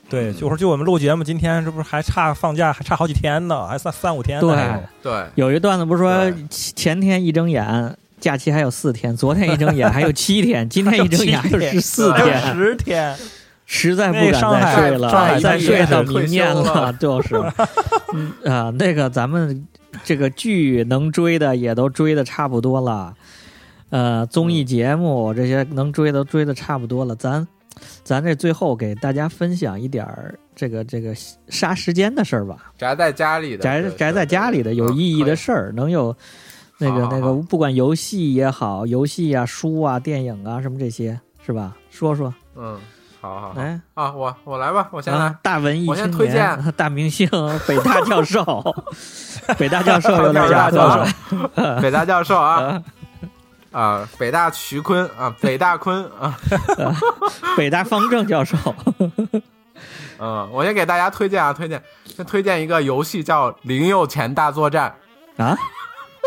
B: 对，就说就我们录节目，今天这不是还差放假还差好几天呢，还三三五天呢。
A: 对
B: 还有
C: 对，
A: 有一段子不是说
C: 对
A: 前天一睁眼假期还有四天，昨天一睁眼还有七天，今天一睁眼还有十四
C: 还有
B: 还有
A: 天，
B: 十天，
A: 实在不
B: 那
A: 敢
B: 上
A: 再
B: 海
A: 睡
C: 上
A: 了，
C: 海
A: 再
C: 一
A: 睡
C: 夜
A: 到
C: 退
A: 明
C: 休
A: 年了
C: 了，
A: [laughs] 就是，嗯啊，那个咱们这个剧能追的也都追的差不多了，呃，综艺节目这些能追的追的差不多了，咱咱这最后给大家分享一点儿这个这个杀时间的事儿吧。
C: 宅在家里的，
A: 宅
C: 对嗯
A: 宅在家里的有意义的，事儿，能有那个
C: 啊好好
A: 那个，
C: 好
A: 不管游戏也好，游戏啊、书啊、电影啊什么这些，是吧？说说，
C: 对对嗯，好好好
A: 来，
C: 啊，我我来吧，我先来
A: 啊，大文艺
C: 我
A: 青
C: 先推
A: 年、大明星、北大教授、
C: [laughs]
A: 北大教授又来
C: 北大
A: 教
C: 教
A: 授
C: 授，北大教授啊
A: 啊
C: 啊，北大徐坤啊，北大坤啊，
A: 北大方正教授，
C: 嗯，我先给大家推荐啊，推荐先推荐一个游戏叫《零用钱大作战
A: 啊，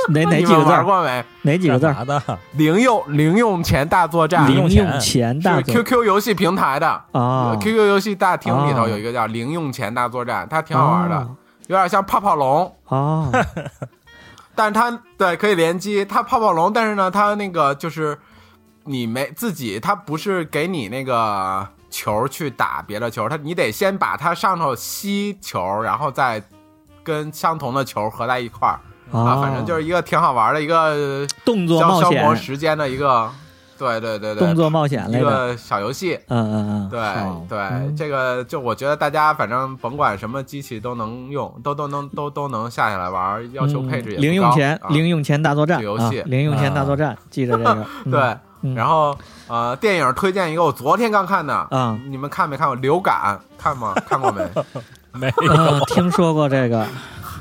A: 哪》，哪
C: 你
A: 几个
C: 们
A: 字
C: 玩
A: 儿？
C: 过没？
A: 哪几个字
B: 干嘛
A: 儿？
B: 的？
C: 零用零用钱大作战
A: 零
B: 零
A: 用
B: 用
A: 钱大
C: 是
A: 作
C: QQ 游戏平台的。
A: 啊，
C: QQ 游戏大厅里
A: 哦
C: 头有一个叫“零用钱大作战”，它挺好玩的
A: 哦，
C: 有点像泡泡龙， [laughs]
A: 哦，
C: 但是它对可以联机。它泡泡龙，但是呢，它那个就是你没自己，它不是给你那个球去打别的球，它你得先把它上头吸球，然后再跟相同的球合在一块儿啊。
A: 哦
C: 反正就是一个挺好玩的一个
A: 动作
C: 消
A: 冒
C: 消磨
A: 险，
C: 时间的一个，对对对
A: 动
C: 对，
A: 作冒险
C: 一
A: 类的，
C: 个小游戏。
A: 嗯嗯嗯，好
C: 对对，
A: 嗯
C: 这个就我觉得大家反正甭管什么机器都能用，都都能都都能下下来玩儿，要求配置也
A: 嗯
C: 不
A: 零用
C: 高
A: 钱
C: 啊，
A: 零用钱大作战
C: 这游戏
A: 啊零用钱大作战，记着这
C: [laughs]
A: 个。嗯
C: 对。
A: 嗯
C: 然后呃，电影推荐一个我昨天刚看的，
A: 啊
C: 你们看没看过《流感》？看吗？看过
A: [laughs]
C: 没？
B: [laughs] 没
A: 啊
B: 有，
A: 听说过这个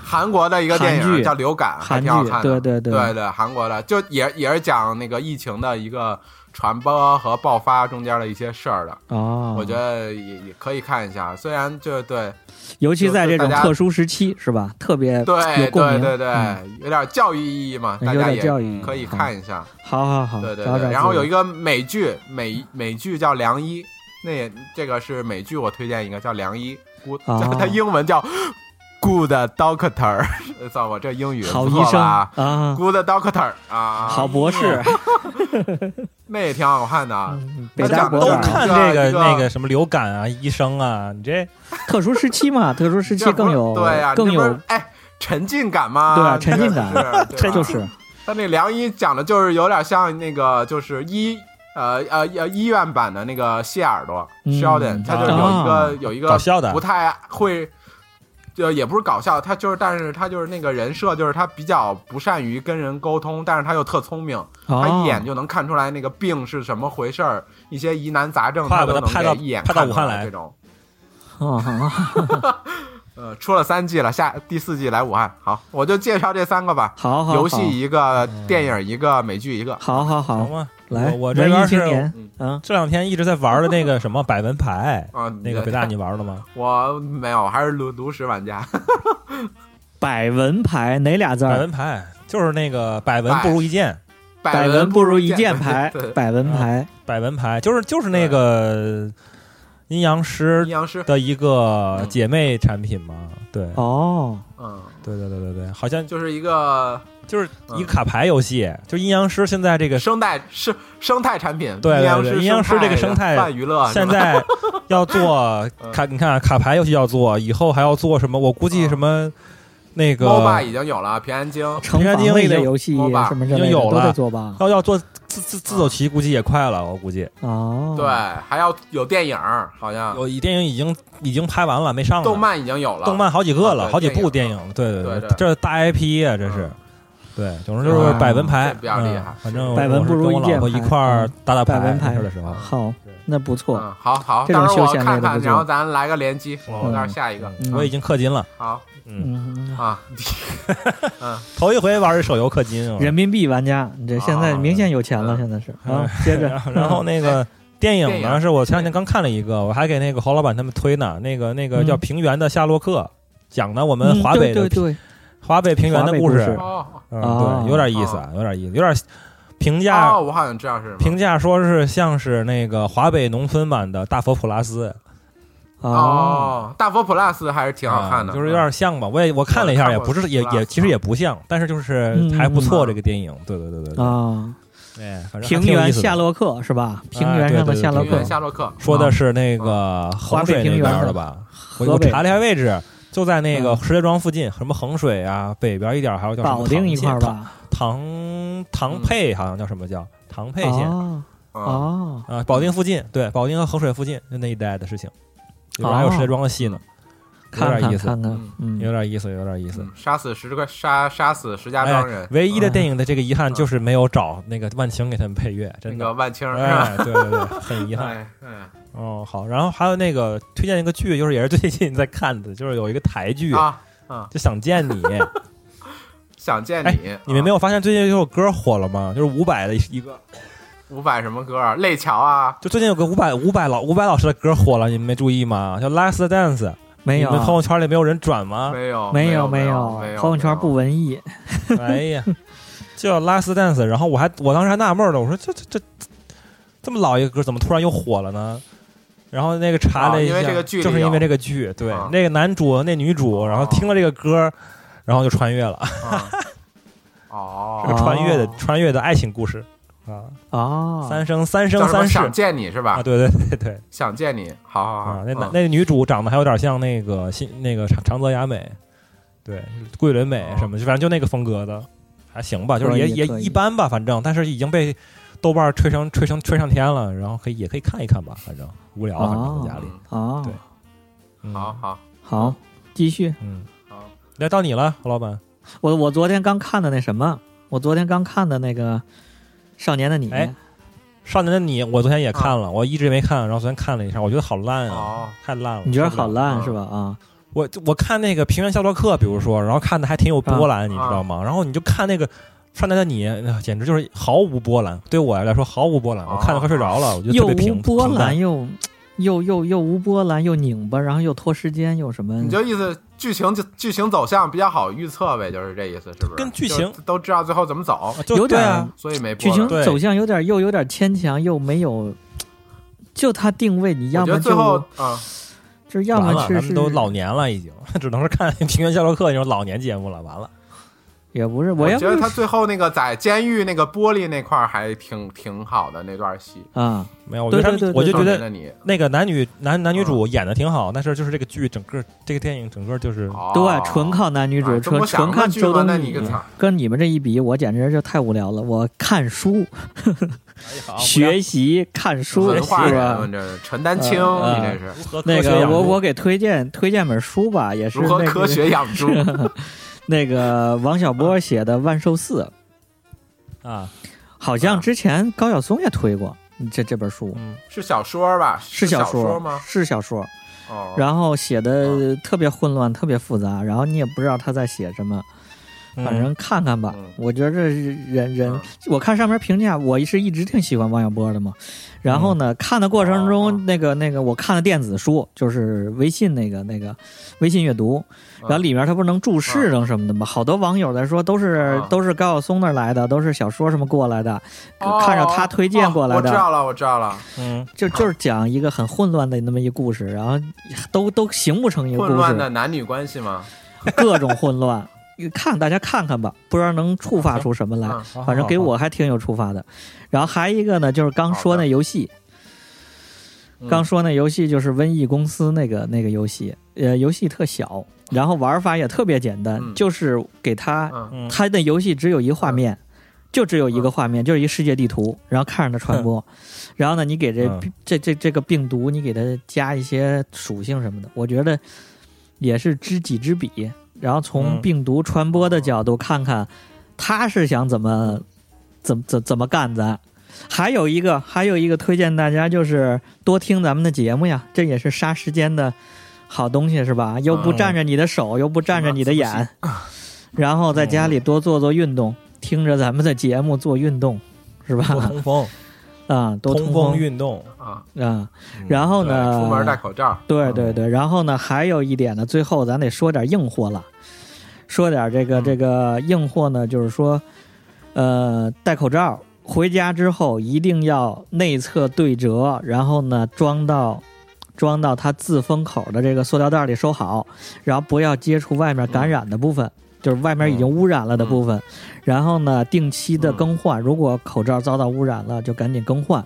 C: 韩国的一个电
A: 韩剧
C: 影叫《流感》，还
A: 韩剧
C: 挺好看，
A: 对
C: 的。
A: 对
C: 对
A: 对，
C: 韩国的就也也是讲那个疫情的一个传播和爆发中间的一些事儿的，
A: 哦，
C: [laughs] 我觉得也也可以看一下。虽然就对
A: 尤其在这种
C: 就是大家
A: 特殊时期，是吧？特别有
C: 对
A: 共
C: 对
A: 鸣
C: 对
A: 嗯
C: 对，有点教育意义嘛，
A: 有
C: 大家
A: 点
C: 也
A: 教育
C: 可以
A: 好
C: 看一下。
A: 好好好，
C: 对对
A: 找找
C: 对，然后有一
A: 个
C: 个美剧，美美剧叫《良医》，那也这个是美剧，我推荐一个叫《良医》，Good，
A: 哦
C: 它英文叫 [laughs] Good Doctor，算呃我这英语
A: 好
C: 不
A: 医
C: 错
A: 生
C: 吧
A: 啊，
C: ？Good Doctor 啊，
A: 好博士，
C: 那也挺好看的。
A: 嗯
C: 他
A: 北大
C: 讲
A: 博
C: 的
B: 都
A: 士，
B: 看这个
C: 一个
B: 那个什么流感啊，医生啊，你这
A: 特殊时期嘛，特殊时期
C: 这不
A: 更
C: 是
A: 有
C: 对呀，
A: 更
C: 这不是
A: 有，
C: 哎沉浸感嘛，
A: 对啊
C: 这
A: 沉
C: 个
A: 浸感
C: 是
A: 这
C: 对
A: [laughs]
C: 吧
A: 就是
C: 他那良医讲的就是有点像那个就是医呃呃呃医院版的那个谢耳朵
A: 嗯
C: Sheldon，他就是有一个、
A: 啊
C: 有一
B: 哦搞
C: 个
B: 笑的
C: 不，太会，就也不是搞笑，他就是但是他就是那个人设就是他比较不善于跟人沟通，但是他又特聪明，
B: 哦
C: 他
A: 哦
C: 一眼就能看出来那个病是什么回事儿，一些疑难杂症
B: 快
C: 他
B: 把他
C: 都能
B: 派到
C: 给一眼
B: 派到
C: 看
B: 武
C: 出
B: 汉来
C: 这种。
A: 哦哦
C: 呃，出了三季了，下第四季来武汉。好，我就介绍这三个吧，
A: 好好
C: 游戏
A: 好
C: 一个，电影一个，美剧一个。
A: 好好
B: 行
A: 好，
B: 吗？
A: 来，
B: 我我这
A: 文
B: 边
A: 艺青
B: 是
A: 年，嗯，
B: 这两天一直在玩的那个什么百闻牌，
C: 啊，
B: 那个北大你玩了
C: [laughs]
B: 吗？
C: 我没有，还是炉炉石玩家。
A: 百闻牌哪俩字
B: 百
A: 儿？
B: 闻牌就是那个百闻不如一见，
A: 百闻
C: 不，
A: 不如一见牌
C: 对，
A: 百闻牌
B: 百闻牌就是就是那个阴阳
C: 阴
B: 师
C: 阳师，
B: 的一个姐妹产品嘛。对，
A: 哦，
C: 嗯，
B: 对对对对对，好像
C: 就是一个
B: 就是一个卡牌游戏，就阴阳师现在这个
C: 生态生生态产品，
B: 对对对
C: 阴阳师
B: 阴阳师这个生态
C: 泛娱乐，
B: 现在要做卡，你看啊卡牌游戏要做，以后还要做什么？我估计什么那个
C: MOBA 已经有了，平安京，
A: 城
B: 平安
A: 防
B: 京
A: 类
B: 已
A: 的
B: 经
A: 游戏
C: 摸吧
A: 什么之
B: 已经
A: 类的
B: 有
A: 都
B: 了
A: 在做吧？
B: 要要做自自自走棋，估计也快了，我估计
A: 哦，
C: 对，还要有电影，好像
B: 嗯有电影已经已经拍完了，没上呢
C: 动漫已经有了，
B: 动漫好几个
C: 啊
B: 了，
C: 对
B: 好几部电
C: 电
B: 影，对对
C: 对对
B: 这是大 IP 啊，这是
C: 嗯。
B: 对，总之就是百闻牌
C: 这比较厉害
B: 嗯反正
A: 百闻不如
B: 我是跟我老
A: 一
B: 婆
A: 见
B: 一
A: 牌
B: 块儿
A: 嗯
B: 打打
A: 百闻牌
B: 没事的时候，
A: 好，那不错，
C: 嗯，好好，
A: 这种
C: 到时候
A: 休
C: 我
A: 闲类的
C: 看
A: 不
C: 看，
A: 错
C: 然后咱来个联机，我
A: 嗯
C: 那儿下一个，
A: 嗯
B: 我已经氪金了，
C: 好
B: 嗯，
A: 嗯，
C: 啊，
B: 头一回玩这手游氪金，我
A: 人民币玩家，你这现在
C: 啊
A: 明显有钱了，
C: 嗯
A: 现在是啊，接着，
C: [laughs]
B: 然后那个电影
C: 电
B: 呢
C: 影
B: 是我前两天刚看了一个，我还给那个侯老板他们推呢，那个那个叫《
A: 嗯
B: 平原的夏洛克》，讲的我
A: 嗯
B: 们华北的
A: 对对
B: 华北平原的
A: 华北故
B: 事
A: 事，
C: 哦
B: 嗯，
A: 啊
B: 对，有点意思，有点意思，有点评价
C: 哦，我好像知道是什么。
B: 评价说是像是那个华北农村版的大佛普拉斯，
A: 对，啊，
C: 哦，大佛 plus 还是挺好看的，嗯
B: 啊就是有点像吧。我也我看了一下，
C: 看
B: 也
C: 过
B: 不是也也其实也不像，但是就是
A: 嗯
B: 还不错
C: 嗯
B: 这个电影。对对对对对，
A: 啊，
B: 哎，反正还挺
A: 平
B: 有意
A: 原
B: 思的
A: 夏洛克是吧？平原上的夏洛
C: 平
A: 克
C: 原，夏洛克嗯
B: 说
A: 啊
B: 的是那个衡水那边的吧？我
A: 河
B: 我
A: 北
B: 查了一下位置，就在那个
A: 嗯
B: 石家庄附近，什么衡水啊，北边一点还有叫什
A: 保
B: 么
A: 定一块
B: 唐
A: 儿
B: 县
A: 吧？
B: 唐
C: 嗯
B: 唐沛好像叫什么叫唐沛县
A: 哦
C: 啊，
A: 哦，
B: 啊，保定附近，对，保定和衡水附近就那一带的事情，里边还有
A: 哦
B: 石家庄的戏呢，有
A: 看
B: 点
A: 看
B: 意思，
A: 看看，
B: 有
A: 嗯，
B: 点意思，有点意思
C: 嗯。杀死石个杀杀死石家庄人，
B: 哎唯一的
A: 嗯
B: 电影的这个遗憾就是没有找那个万青给他们配乐，
C: 那
B: 真的
C: 个。万青是吧？
B: 哎，对对对，很遗憾。
C: [laughs] 哎哎
B: 哦，好，然后还有那个推荐一个剧，就是也是最近在看的，就是有一个台剧，
C: 啊啊，
B: 就想见
C: [laughs]
B: 你。
C: 想见
B: 哎
C: 你，啊
B: 你们没有发现最近有首歌火了吗？就是伍佰的一个，
C: 五百什么歌啊？泪桥啊，
B: 就最近有个伍佰伍佰老伍佰老师的歌火了，你们没注意吗？叫《Last Dance》，
A: 没
C: 啊
A: 有
B: 你们朋友圈里没有人转吗？
C: 没有
A: 没
C: 有
A: 没
C: 有，没有
A: 朋友圈不
C: 没
A: 文艺，
B: [laughs] 哎呀，叫《Last Dance》，然后我还我当时还纳闷了，我说这这这这么老一个歌，怎么突然又火了呢？然后那个查了一下，
C: 啊因为这个剧里
B: 就是因为
C: 有
B: 这个剧，对，
C: 啊
B: 那个男主那女主，然后听了这个歌，然后就穿越了，
C: 有啊哦，
B: 是个 [laughs] 穿越的、
A: 哦
B: 穿越的爱情故事啊，
A: 哦，
B: 三生三
C: 叫
B: 生
C: 什么
B: 三世
C: 想见你是吧
B: 啊，？对对对对。
C: 想见你，好好
B: 啊
C: 好，，
B: 那男
C: 嗯
B: 那女主长得还有点像那个新那个长长泽雅美，对，桂纶镁什么，就反正就那个风格的，还行吧，就是
A: 可以
B: 也也
A: 可以
B: 一般吧，反正，但是已经被豆瓣吹成吹成吹上天了，然后可以也可以看一看吧，反正无聊，啊反正
A: 哦
B: 在家里。
A: 哦，
B: 对嗯
C: 好，好
A: 好，继续。
B: 嗯，
C: 好，
B: 来到你了，何老板。
A: 我我昨天刚看的那什么，我昨天刚看的那个《少年的你》
B: 哎少年的你，我昨天也看了，我一直没看，然后昨天看了一下，我觉得好烂啊，
C: 哦，
B: 太烂了。
A: 你觉得
B: 受不了
A: 好烂
C: 嗯
A: 是吧？啊，
B: 我我看那个《平原夏洛克》，比如说，然后看的还挺
A: 啊
B: 有波澜，你知道吗？然后你就看那个《少年的你》呃，简直就是毫无波澜，对我来说毫无波澜，
C: 啊
B: 我看的快睡着了，我觉得
A: 又
B: 特别
A: 无
B: 平
A: 波
B: 平
A: 澜
B: 淡
A: 又又又又无波澜又拧巴，然后又拖时间又什么
C: 你？就意思剧情就剧情走向比较好预测呗，就是这意思，是不是？
B: 跟剧
C: 就
B: 情
C: 都知道最后怎么走，
B: 啊就
A: 有点
B: 对啊，
C: 所以没播
A: 剧情
C: 了
B: 对
A: 走向有点又有点牵强，又没有，就它定位你
C: 我
A: 要
C: 觉得
A: 么
C: 最后
A: 就
C: 啊，
A: 就是要
B: 完
A: 么
B: 了，咱
A: 是
B: 们
A: 是
B: 都老年了，已经 [laughs] 只能是看《平原夏洛克》那种老年节目了。完了，
A: 也不是，
C: 我
A: 要
C: 觉得
A: 不
C: 他
A: 是
C: 最后那个在监狱那个玻璃那块儿还挺挺好的那段戏，
A: 啊，
B: 没有，我觉得他们
A: 对对对嗯
B: 我就觉
C: 少年
B: 得
C: 的你，
B: 那个男女男男女主演的挺好，但是就是这个剧整个这个电影整个就是
C: 哦
A: 对，纯靠男女主，
C: 啊这
A: 纯
C: 不想
A: 纯
C: 那
A: 看
C: 剧
A: 周
C: 吗
A: 冬
C: 那你
A: 雨
C: 个操。
A: 跟你们这一比，我简直就太无聊了。我看书、
B: 哎
A: 学习、看书
C: 啊文化
A: 是吧
C: 人，？这陈丹青，
A: 呃
C: 你这是
B: 啊如何
A: 那
B: 科学
A: 个
B: 养
A: 我
B: 护
A: 我给推荐推荐本书吧，也是
C: 如何
A: 那
C: 科
A: 个 [laughs]
C: 学养啊猪？
A: 那个王小波写的《万寿寺》，
B: 啊，
A: 好像之前高晓松也推过这这本书，
B: 嗯，
C: 是小说吧？
A: 是
C: 小
A: 说
C: 吗？
A: 是小说，
C: 哦，啊
A: 然后写的特别混乱，特别复杂，然后你也不知道他在写什么，
B: 嗯
A: 反正看看吧
C: 嗯。
A: 我觉得这人人
C: 嗯，
A: 我看上面评价，我是一直挺喜欢王小波的嘛。然后
C: 嗯
A: 呢，看的过程
C: 哦
A: 中，那个那个，我看了电子书，就是微信那个那个微信阅读，
C: 嗯啊
A: 然后里面它不是能注释能什么的吗？好多网友在说都是
C: 啊
A: 都是高晓松那儿来的，都是小说什么过来的，
C: 哦
A: 看着他推荐过来
C: 哦我知
A: 的，
C: 道了，我知道了，
B: 嗯
A: 就就是讲一个很混乱的那么一故事，然后都都形不成一个
C: 混
A: 故
C: 乱的
A: 事，
C: 男女关系吗？
A: 各种混乱。 [laughs] 看大家看看吧，不知道能触发出什么来。
C: 嗯
B: 好
A: 反正给
B: 好好
A: 我还挺有触发的。然后还一个呢，就是刚说那游戏，
C: 嗯
A: 刚说那游戏就是瘟疫公司那个那个游戏，呃，游戏特小，然后玩法也特别简单，
C: 嗯
A: 就是给它，
C: 嗯
B: 嗯
A: 它的游戏只有一画面。就只有一个画面，就是一世界地图，然后看着它传播，然后呢，你给这、
B: 嗯
A: 这这这个病毒，你给它加一些属性什么的，我觉得也是知己知彼。然后从
B: 嗯
A: 病毒传播的角度看看，他是想怎
B: 嗯
A: 么怎怎怎么干咱。还有一个，还有一个推荐大家就是多听咱们的节目呀，这也是杀时间的好东西，是吧？又
B: 嗯
A: 不占着你的手，又不占着你的眼，然后在
B: 嗯
A: 家里多做做运动，听着咱们的节目做运动，是吧？
B: 多通风，
A: 啊，都
B: 通
A: 风
B: 运动。
C: 啊，
A: 啊。
B: 嗯
A: 然后呢，
C: 出门戴口罩，
A: 对对对，然后呢，还有一点呢，最后咱得说点硬货了，说点这个
C: 嗯
A: 这个硬货呢，就是说，呃，戴口罩回家之后一定要内侧对折，然后呢装到装到它自封口的这个塑料袋里收好，然后不要接触外面感染的部
B: 嗯
A: 分。就是外面已经污染了的部分，然后呢，定期的更换。如果口罩遭到污染了，就赶紧更换。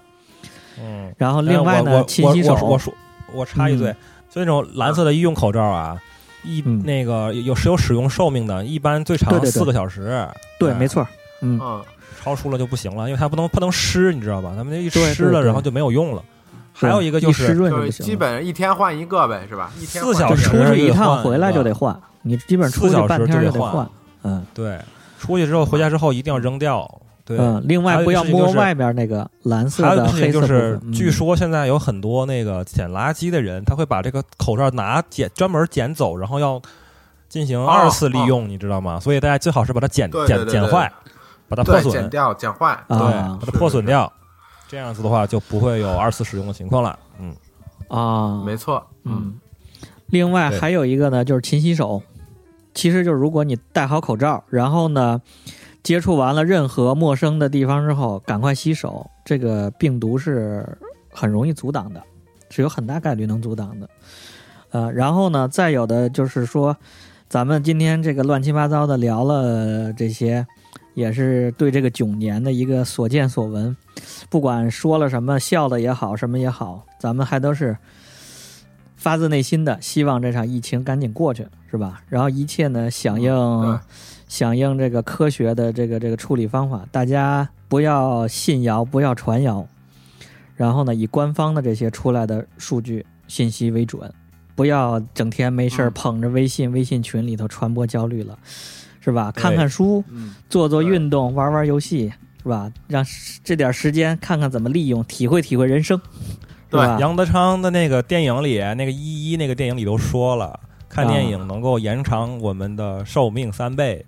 B: 嗯，
A: 然后另外
B: 哎
A: 呢，
B: 我
A: 勤洗手。
B: 我我我说我插一嘴，
A: 嗯
B: 就那种蓝色的医用口罩啊，一、
A: 嗯
B: 那个有是有使用寿命的，一般最
A: 对
B: 长
A: 对对
B: 四个小时。哎
A: 对，没，错儿，嗯，
C: 嗯，
B: 超出了就不行了，因为它不能不能湿，你知道吧？它们一
A: 对对
B: 湿了，
A: 对
B: 然后就没有用了。还
A: 对
B: 有一个就
A: 湿
B: 是
A: 润就不
C: 就是
A: 行了，
C: 基本一天换一个呗，是吧？一天换
B: 四小
A: 就
B: 时
A: 出去一
B: 就得
A: 趟
B: 换
A: 回来就得换，你基本出去半天就
B: 四小时就得换
A: 换。嗯
B: 对，出去之后回家之后一定要扔掉。对，
A: 嗯，另外不要摸外面那个蓝色
B: 还有一
A: 的
B: 个事
A: 黑
B: 情就
A: 色部
B: 是
A: 分。，嗯
B: 据说现在有很多那个捡垃圾的人，他会把这个口罩拿捡专门捡走，然后要进行
C: 哦
B: 二次利用，你知道吗？所以大家最好是把它剪
C: 对对
B: 剪
C: 对
B: 剪
C: 对
B: 坏，把它破
C: 对，
B: 损，
C: 剪掉，剪坏，
B: 对，
A: 啊
B: 把它破损掉。这样子的话就不会有二次使用的情况了。嗯，
A: 啊，
C: 没错，
A: 嗯。另外
B: 对
A: 还有一个呢，就是勤洗手。其实就是如果你戴好口罩，然后呢，接触完了任何陌生的地方之后，赶快洗手，这个病毒是很容易阻挡的，是有很大概率能阻挡的。呃，然后呢，再有的就是说，咱们今天这个乱七八糟的聊了这些，也是对这个囧年的一个所见所闻。不管说了什么，笑了也好，什么也好，咱们还都是发自内心的希望这场疫情赶紧过去，是吧？然后一切呢，响应、
C: 对
A: 响应这个科学的这个这个处理方法，大家不要信谣，不要传谣，然后呢，以官方的这些出来的数据信息为准，不要整天没事儿
C: 嗯
A: 捧着微信、微信群里头传播焦虑了，是吧？
B: 对
A: 看看书，
C: 嗯，
A: 做做
C: 对
A: 运动，玩玩游戏，是吧？让时这点时间看看怎么利用，体会体会人生，是
C: 对
A: 吧？啊
B: 杨德昌的那个电影里，那个一一那个电影里都说了，看电影能够延长我们的寿命三倍。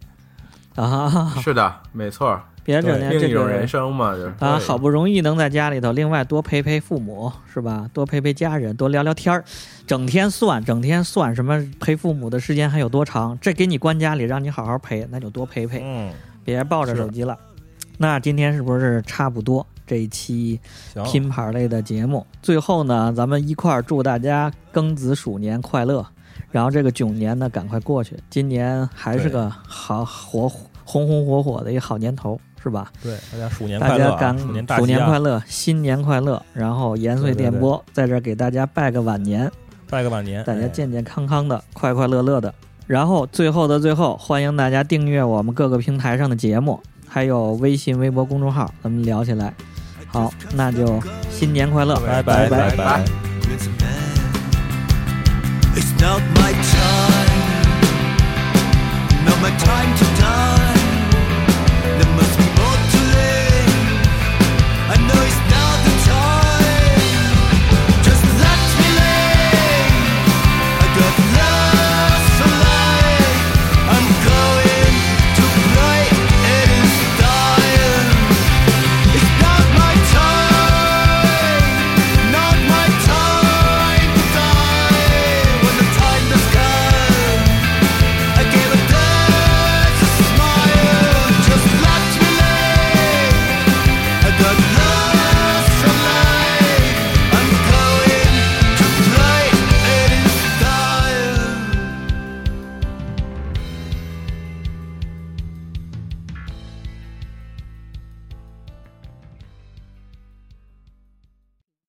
A: 啊，
C: 是的，没错，
A: 别整天
C: 另
A: 这
C: 一种
A: 个
C: 人生嘛，就是
A: 啊，
B: 对
A: 好不容易能在家里头，另外多陪陪父母，是吧？多陪陪家人，多聊聊天儿，整天算，整天算什么陪父母的时间还有多长？这给你关家里，让你好好陪，那就多陪陪，
B: 嗯，
A: 别抱着
B: 是
A: 手机了。那今天是不是差不多这一期
B: 行，
A: 拼盘类的节目？最后呢，咱们一块儿祝大家庚子鼠年快乐，然后这个囧年呢赶快过去，今年还是
B: 对
A: 个好火红红火火的一个好年头，是吧？
B: 对大家鼠年
A: 大
B: 快
A: 家
B: 乐、
A: 赶
B: 啊，鼠年大
A: 鼠
B: 吉
A: 年快
B: 啊！
A: 乐，新年快乐！然后延
B: 对
A: 绥
B: 对
A: 电波在这儿给大家拜个晚年，
B: 拜个晚年，
A: 大家
B: 哎
A: 健健康康的，快快乐乐的。然后最后的最后，欢迎大家订阅我们各个平台上的节目，还有微信、微博公众号，咱们聊起来。好，那就新年快乐，
B: 拜
A: 拜
B: 拜
C: 拜拜
D: with men. It's not my time, not my time to die.